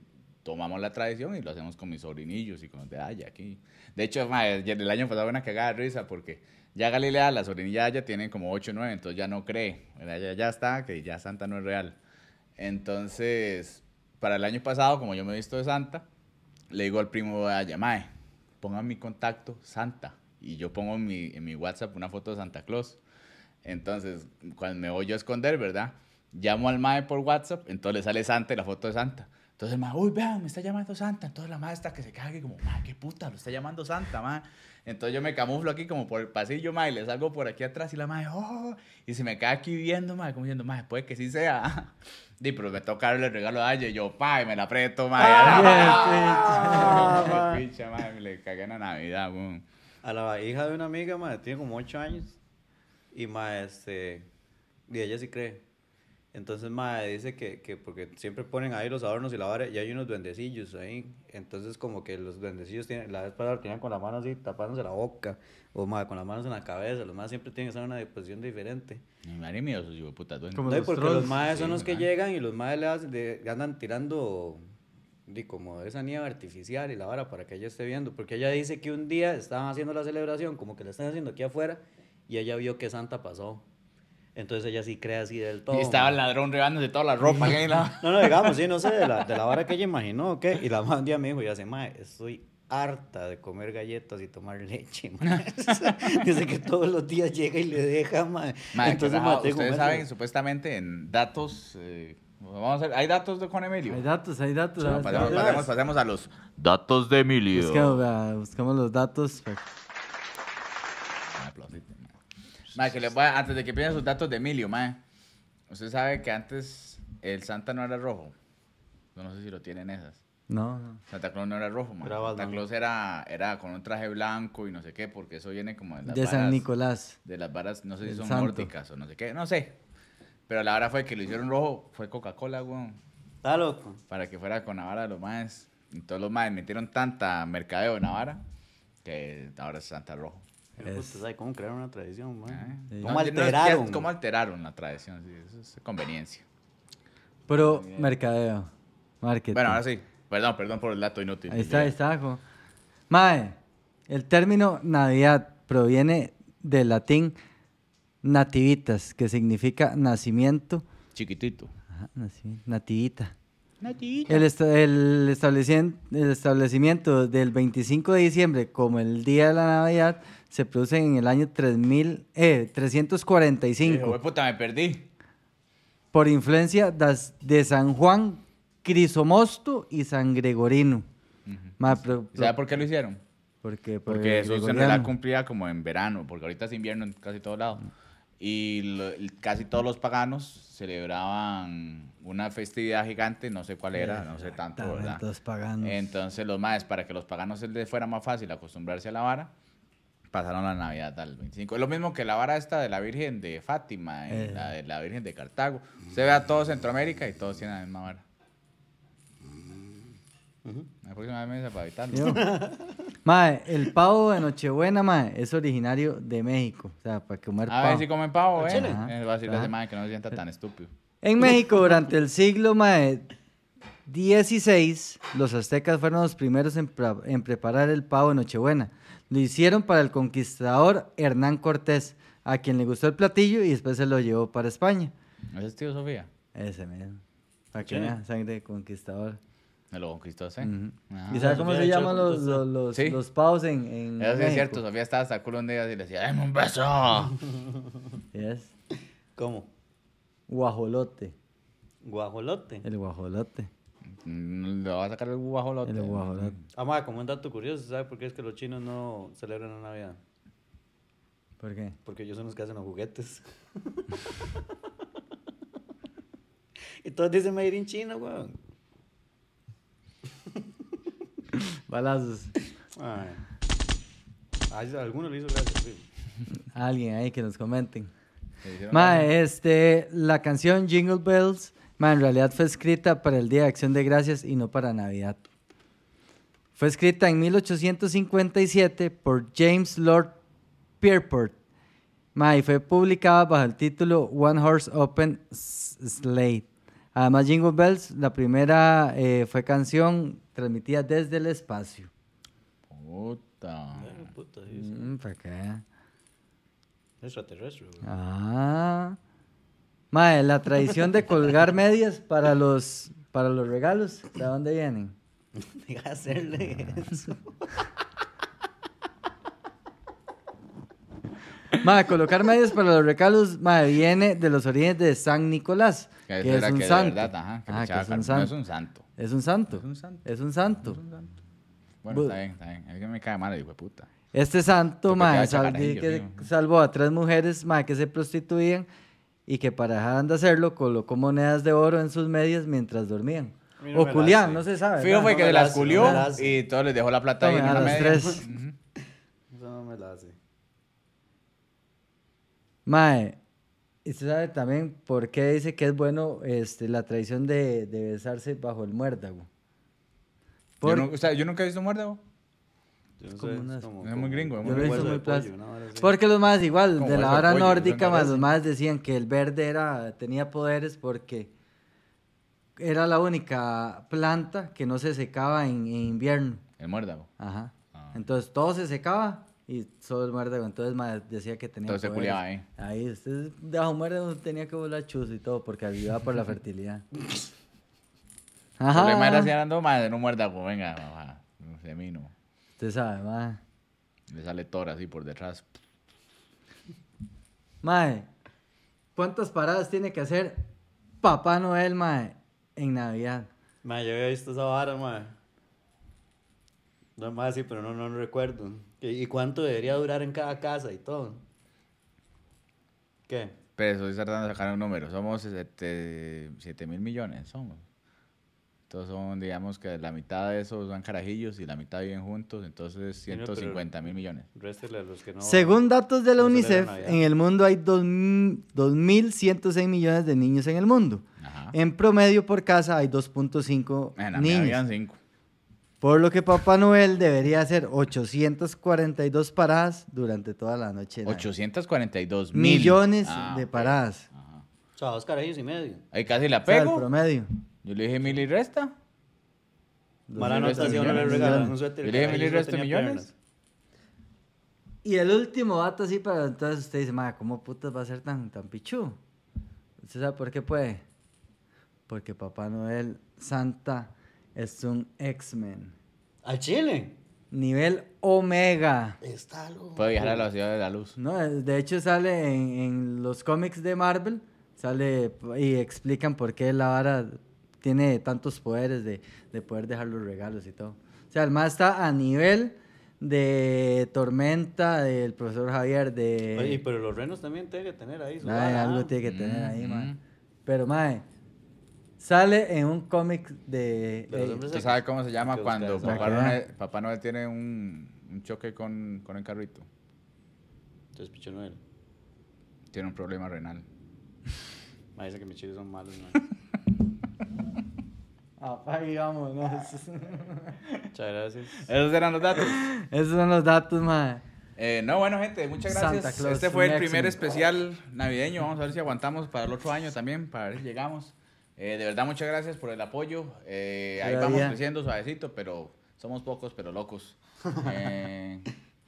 Speaker 1: tomamos la tradición y lo hacemos con mis sobrinillos y con los de Aya aquí. De hecho, mae, ya el año pasado una cagada de risa porque ya Galilea, la sobrinilla ya tiene como 8 o 9, entonces ya no cree. ¿verdad? Ya, ya está, que ya Santa no es real. Entonces, para el año pasado, como yo me he visto de Santa, le digo al primo de Aya, mae, ponga mi contacto Santa. Y yo pongo en mi, en mi WhatsApp una foto de Santa Claus. Entonces, cuando me voy yo a esconder, ¿verdad? Llamo al mae por WhatsApp, entonces le sale Santa y la foto de Santa. Entonces el mae, uy, vean, me está llamando Santa. Entonces la mae está que se cague como, mae, qué puta, lo está llamando Santa, mae. Entonces yo me camuflo aquí como por el pasillo, mae, y le salgo por aquí atrás y la mae, oh, y se me queda aquí viendo, mae, como diciendo, mae, puede que sí sea. Di, pero me toca darle el regalo a ella y yo, pa, y me la aprieto, mae.
Speaker 3: Ah,
Speaker 1: Picha, mae, me le cagué en la Navidad, weón.
Speaker 2: A la hija de una amiga, madre, tiene como 8 años. Y madre, este. Y ella sí cree. Entonces, madre, dice que, que porque siempre ponen ahí los adornos y la vara, y hay unos duendecillos ahí. Entonces, como que los duendecillos tienen, la vez pasada lo tenían con la mano así, tapándose la boca, o madre, con las manos en la cabeza. Los más siempre tienen que estar en una posición diferente.
Speaker 1: Mi madre mío, esos hijos de puta duendes.
Speaker 3: Como
Speaker 2: No, y
Speaker 3: los
Speaker 2: porque
Speaker 3: trolls.
Speaker 2: los maes son
Speaker 1: Sí,
Speaker 2: los que
Speaker 1: mae.
Speaker 2: llegan y los maes le hacen- le andan tirando di, como esa nieve artificial y la vara para que ella esté viendo. Porque ella dice que un día estaban haciendo la celebración, como que la están haciendo aquí afuera, y ella vio que Santa pasó. Entonces ella sí cree así del todo.
Speaker 1: Y estaba el
Speaker 2: mae.
Speaker 1: ladrón de toda la ropa. que hay en la-
Speaker 2: No, no, digamos, sí, no sé, de la, de la vara que ella imaginó, ¿qué? Y la madre un día me dijo, ya sé, mae, estoy harta de comer galletas y tomar leche, mae". Dice que todos los días llega y le deja, mae.
Speaker 1: Madre,
Speaker 2: Entonces,
Speaker 1: que,
Speaker 2: mae,
Speaker 1: ah,
Speaker 2: tengo que
Speaker 1: ustedes
Speaker 2: comérselo.
Speaker 1: saben, supuestamente en datos. eh, vamos a ver, ¿Hay datos de Juan Emilio?
Speaker 3: Hay datos, hay datos.
Speaker 1: Sí,
Speaker 3: a ver,
Speaker 1: pasemos,
Speaker 3: dale,
Speaker 1: pasemos- pasemos a los datos de Emilio.
Speaker 3: Buscamos, vea, buscamos los datos. pa-
Speaker 1: Un aplausito, madre. Madre, que les voy a- antes de que pidan sus datos de Emilio, madre. Usted sabe que antes el Santa no era rojo. Yo no sé si lo tienen esas.
Speaker 3: No, no.
Speaker 1: Santa Claus no era rojo, madre.
Speaker 2: Era
Speaker 1: Santa
Speaker 2: Batman.
Speaker 1: Claus era, era con un traje blanco y no sé qué, porque eso viene como de las
Speaker 3: De San
Speaker 1: varas-
Speaker 3: Nicolás.
Speaker 1: de las varas, no sé si
Speaker 3: El
Speaker 1: son
Speaker 3: santo.
Speaker 1: nórticas o no sé qué, no sé. Pero la vara fue que lo hicieron rojo, fue Coca-Cola, weón,
Speaker 2: Está loco.
Speaker 1: para que fuera con la vara de los maes. Y todos los maes metieron tanta mercadeo en la vara que ahora es Santa Rojo.
Speaker 2: Pero
Speaker 3: Es-
Speaker 2: Usted sabe cómo crear una tradición, man.
Speaker 1: ¿eh?
Speaker 2: ¿Cómo
Speaker 1: No, no,
Speaker 2: alteraron?
Speaker 1: ya- ¿Cómo alteraron la tradición? Sí, eso es conveniencia.
Speaker 3: Pero mercadeo. Marketing.
Speaker 1: Bueno, ahora sí. Perdón, perdón por el dato inútil.
Speaker 3: Ahí está, ahí está. jo. Mae, el término Navidad proviene del latín nativitas, que significa nacimiento.
Speaker 1: Chiquitito.
Speaker 3: Ajá, nacimiento, nativita. El, esta- el, establecien- el establecimiento del 25 de diciembre como el día de la Navidad se produce en el año 3000, eh,
Speaker 1: Hijo
Speaker 3: 345
Speaker 1: de puta, me perdí.
Speaker 3: por influencia das- de San Juan Crisomosto y San Gregorino. Ma, pro-
Speaker 1: ¿Y ¿Sabe
Speaker 3: pro-
Speaker 1: por qué lo hicieron?
Speaker 3: porque pues,
Speaker 1: Porque eso se en
Speaker 3: gregoriano.
Speaker 1: realidad cumplía como en verano, porque ahorita es invierno en casi todo lado. Y lo- el- casi todos los paganos celebraban una festividad gigante, no sé cuál
Speaker 3: Eh,
Speaker 1: era, no sé tanto, ¿verdad?
Speaker 3: Exactamente, los paganos.
Speaker 1: Entonces los maes, para que los paganos se les fuera más fácil acostumbrarse a la vara, pasaron la Navidad al 25. Es lo mismo que la vara esta de la Virgen de Fátima, y
Speaker 3: Eh.
Speaker 1: la de la Virgen de Cartago. Se ve a todo Centroamérica y todos tienen la misma vara. La próxima vez me dice para evitarlo.
Speaker 3: Yo. Mae, el pavo de Nochebuena, mae, es originario de México. O sea, para comer
Speaker 1: A
Speaker 3: pavo.
Speaker 1: ver si comen pavo, ¿eh?
Speaker 3: Chile.
Speaker 1: Es fácil
Speaker 3: Ajá.
Speaker 1: ese mae que no se sienta tan estúpido.
Speaker 3: En México, durante el siglo mae, 16, los aztecas fueron los primeros en, pra- en preparar el pavo de Nochebuena. Lo hicieron para el conquistador Hernán Cortés, a quien le gustó el platillo y después se lo llevó para España.
Speaker 1: ¿Ese es tío Sofía?
Speaker 3: Ese, mismo. Para que
Speaker 2: Sí.
Speaker 3: vea, sangre de conquistador.
Speaker 1: Me lo conquistó, ¿sí?
Speaker 3: Ujú.
Speaker 1: Ajá.
Speaker 3: ¿Y sabes
Speaker 2: Ah,
Speaker 3: cómo
Speaker 2: ya
Speaker 3: se
Speaker 2: he hecho
Speaker 3: llaman
Speaker 2: el
Speaker 3: los,
Speaker 2: punto
Speaker 3: los, los,
Speaker 1: Sí.
Speaker 3: los pavos en, en
Speaker 1: Eso sí es
Speaker 3: México?
Speaker 1: cierto, Sofía estaba hasta el culo un día y le decía, ¡dame un beso!
Speaker 3: Yes.
Speaker 2: ¿Cómo?
Speaker 3: Guajolote.
Speaker 2: Guajolote.
Speaker 3: El guajolote.
Speaker 1: Mm, Le va a sacar el guajolote.
Speaker 3: El
Speaker 1: ¿no?
Speaker 3: guajolote.
Speaker 2: Ah, madre, como un dato curioso, ¿sabe por qué es que los chinos no celebran la Navidad?
Speaker 3: ¿Por qué?
Speaker 2: Porque ellos son los que hacen los juguetes. y todos dicen Made in China, weón.
Speaker 3: Balazos.
Speaker 2: Ay. Ay, alguno le hizo gracias, sí.
Speaker 3: Alguien ahí que nos comenten.
Speaker 1: Le hicieron
Speaker 3: Ma, este, la canción Jingle Bells, ma, en realidad fue escrita para el Día de Acción de Gracias y no para Navidad. Fue escrita en 1857 por James Lord Pierpont Ma, y fue publicada bajo el título One Horse Open S- Slate. Además, Jingle Bells, la primera eh, fue canción transmitida desde el espacio.
Speaker 1: Puta.
Speaker 2: Puta,
Speaker 3: Mm, pa' que vea.
Speaker 2: Mm. Extraterrestre, güey.
Speaker 3: Ah. Mae, la tradición de colgar medias para los, para los regalos, ¿de dónde vienen?
Speaker 2: Deja de hacerle eso.
Speaker 3: Mae, colocar medias para los regalos, mae, viene de los orígenes de San Nicolás,
Speaker 1: Que
Speaker 3: que,
Speaker 1: eso
Speaker 3: es
Speaker 1: era
Speaker 3: un
Speaker 1: que de
Speaker 3: santo.
Speaker 1: verdad, ajá, que
Speaker 3: Ajá,
Speaker 1: le
Speaker 3: que
Speaker 1: echaba
Speaker 3: es un
Speaker 1: cal- No es
Speaker 3: santo.
Speaker 1: un santo.
Speaker 3: Es un santo.
Speaker 1: Es un santo.
Speaker 3: Es un santo.
Speaker 1: Bueno,
Speaker 3: Bu-
Speaker 1: está bien, está bien. Es que me cae mal, digo, puta.
Speaker 3: Este santo,
Speaker 1: Porque
Speaker 3: mae,
Speaker 1: queda
Speaker 3: sal- di
Speaker 1: chacarajillo,
Speaker 3: que
Speaker 1: fijo.
Speaker 3: salvó a tres mujeres, mae, que se prostituían y que para dejar de hacerlo colocó monedas de oro en sus medias mientras dormían.
Speaker 2: A mí no
Speaker 3: O
Speaker 2: me la
Speaker 3: culián,
Speaker 2: hace.
Speaker 3: Ah, no se sabe.
Speaker 1: Fijo
Speaker 3: ¿verdad?
Speaker 1: fue
Speaker 2: No
Speaker 1: que
Speaker 2: me
Speaker 1: se
Speaker 2: la
Speaker 1: las
Speaker 2: hace, no
Speaker 1: culió
Speaker 2: me la hace.
Speaker 1: y todos les dejó la plata ahí en
Speaker 3: Tome, a
Speaker 1: una
Speaker 3: las
Speaker 1: media.
Speaker 3: tres.
Speaker 1: Ujú.
Speaker 2: Eso no me la hace.
Speaker 3: Mae, y usted sabe también por qué dice que es bueno este, la tradición de, de besarse bajo el muérdago.
Speaker 1: Yo,
Speaker 3: Por-
Speaker 1: nu- o sea, yo nunca he visto muerto.
Speaker 2: Yo no
Speaker 3: Es como
Speaker 2: sé,
Speaker 3: una-
Speaker 2: como-
Speaker 1: Es muy
Speaker 2: como-
Speaker 1: gringo, es
Speaker 2: como
Speaker 1: muy
Speaker 3: gringo.
Speaker 2: hueso
Speaker 3: Yo lo
Speaker 2: de
Speaker 3: hice muy
Speaker 2: pollo, una vara así.
Speaker 3: Porque los más igual,
Speaker 1: Como
Speaker 3: de la
Speaker 1: hueso de
Speaker 3: hora
Speaker 1: pollo, eso
Speaker 3: nórdica,
Speaker 1: me
Speaker 3: más
Speaker 1: parece.
Speaker 3: los más decían que el verde era, tenía poderes porque era la única planta que no se secaba en, en invierno.
Speaker 1: El muérdago.
Speaker 3: Ajá.
Speaker 1: Ah.
Speaker 3: Entonces todo se secaba y solo el muérdago. Entonces más decía que tenía
Speaker 1: Entonces se
Speaker 3: poderes.
Speaker 1: culiaba eh. ahí.
Speaker 3: Ahí, este, usted bajo muérdago tenía que volar chuzo y todo porque ayudaba por la fertilidad.
Speaker 1: El problema era
Speaker 3: Ajá.
Speaker 1: si andando más en un muérdago. pues, Venga, mamá. De mí no.
Speaker 3: Usted sabe, más.
Speaker 1: Le sale Thor así por detrás.
Speaker 3: Mae, ¿cuántas paradas tiene que hacer Papá Noel, mae, en Navidad?
Speaker 2: Ma, yo había visto esa vara, ma. No, más sí, pero no, no, no recuerdo. ¿Y y cuánto debería durar en cada casa y todo? ¿Qué?
Speaker 1: Pero estoy tratando de sacar un número. Somos 7 mil millones, somos. Entonces son, digamos que la mitad de esos son carajillos y la mitad viven juntos. Entonces
Speaker 2: Sí, no, pero-
Speaker 1: 150 mil millones.
Speaker 2: Réstele a los que no.
Speaker 3: Según datos de la
Speaker 2: no celebra
Speaker 3: UNICEF,
Speaker 2: Navidad.
Speaker 3: en el mundo hay dos mil- 2.106 millones de niños en el mundo.
Speaker 1: Ajá.
Speaker 3: En promedio por casa hay 2.5
Speaker 1: Ah. En la mía habían
Speaker 3: niños.
Speaker 1: 5.
Speaker 3: Por lo que Papá Noel debería hacer 842 paradas durante toda la noche. de Navidad.
Speaker 1: 842 mil.
Speaker 3: millones
Speaker 1: Ah,
Speaker 3: de
Speaker 1: ok.
Speaker 3: paradas.
Speaker 1: Ajá.
Speaker 2: O sea, dos carajillos y medio.
Speaker 1: Ahí casi la
Speaker 3: O sea, el
Speaker 1: pego.
Speaker 3: promedio.
Speaker 1: Yo le dije mil y resta.
Speaker 2: Mala
Speaker 1: mil
Speaker 2: nota
Speaker 1: resto
Speaker 2: si
Speaker 1: de
Speaker 2: a uno le
Speaker 1: millones.
Speaker 2: regalan un
Speaker 3: Millones.
Speaker 2: suéter.
Speaker 1: Yo le dije mil y
Speaker 2: carajillo,
Speaker 1: resto
Speaker 2: tenía
Speaker 1: millones.
Speaker 3: Y el último dato así para entonces usted dice, ma, ¿cómo putas va a ser tan, tan pichu? ¿Usted sabe por qué puede? Porque Papá Noel Santa es un X-Men.
Speaker 2: piernas. ¿Al Chile?
Speaker 3: Nivel Omega.
Speaker 2: Está algo.
Speaker 1: Puedo viajar a la ciudad de la luz.
Speaker 3: No, eh, de hecho sale en, en los cómics de Marvel, sale p- y explican por qué la vara tiene tantos poderes de, de poder dejar los regalos y todo. O sea, el más está a nivel de Tormenta, del profesor Javier, de...
Speaker 2: Oye, pero los renos también tienen que tener ahí su
Speaker 3: Mae,
Speaker 2: vara,
Speaker 3: algo
Speaker 2: ah.
Speaker 3: tiene que tener ahí,
Speaker 1: Ujú.
Speaker 3: mae. Pero, mae, sale en un cómic de...
Speaker 2: De los
Speaker 3: eh,
Speaker 2: hombres
Speaker 1: ¿Usted sabe cómo se llama
Speaker 2: que
Speaker 1: cuando
Speaker 2: buscar
Speaker 3: esa
Speaker 1: Papá
Speaker 3: vara.
Speaker 1: Noel, Papá Noel tiene un, un choque con, con el carrito?
Speaker 2: Entonces, picho no era.
Speaker 1: Tiene un problema renal.
Speaker 2: Ma, dice que mis chiles son malos, ma.
Speaker 3: apague y vámonos.
Speaker 2: Muchas gracias.
Speaker 1: Esos eran los datos.
Speaker 3: Esos son los datos, mae.
Speaker 1: Eh, no, bueno, gente, muchas
Speaker 3: Santa
Speaker 1: gracias.
Speaker 3: Claus,
Speaker 1: este fue
Speaker 3: un
Speaker 1: el primer
Speaker 3: éxito.
Speaker 1: especial navideño. Vamos a ver si aguantamos para el otro año también, para ver si llegamos. Eh, de verdad, muchas gracias por el apoyo. Eh, ahí
Speaker 3: Todavía.
Speaker 1: vamos creciendo suavecito, pero somos pocos, pero locos. Eh,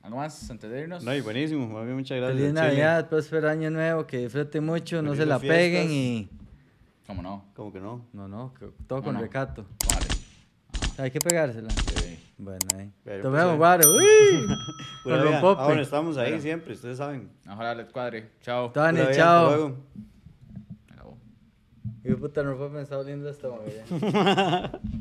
Speaker 1: ¿Algo más antes de irnos?
Speaker 2: No, y buenísimo, más bien, muchas gracias.
Speaker 3: Feliz
Speaker 2: al Chile.
Speaker 3: Navidad, próspero año nuevo, que disfruten mucho, no se
Speaker 2: pues, Felices
Speaker 3: la
Speaker 2: fiestas.
Speaker 3: peguen y...
Speaker 1: ¿Cómo no?
Speaker 2: Como que no.
Speaker 3: No, no, que- todo
Speaker 1: No,
Speaker 3: con
Speaker 1: no.
Speaker 3: recato.
Speaker 1: Vale. eh,
Speaker 3: Hay que pegársela.
Speaker 1: Sí.
Speaker 3: Bueno, ahí.
Speaker 2: Pero,
Speaker 3: Tomemos
Speaker 2: pues,
Speaker 3: guaro. ¡Uy!
Speaker 2: Pura
Speaker 3: Con
Speaker 2: vida. Ah,
Speaker 3: rompope.
Speaker 2: Ahora estamos ahí
Speaker 1: Bueno.
Speaker 2: siempre, ustedes saben.
Speaker 1: Ojalá les cuadre. Chao.
Speaker 2: Pura
Speaker 3: Tony,
Speaker 2: vida, hasta
Speaker 3: chao.
Speaker 2: luego.
Speaker 1: Acabó.
Speaker 3: Y puta, no me está oliendo el estómago ya.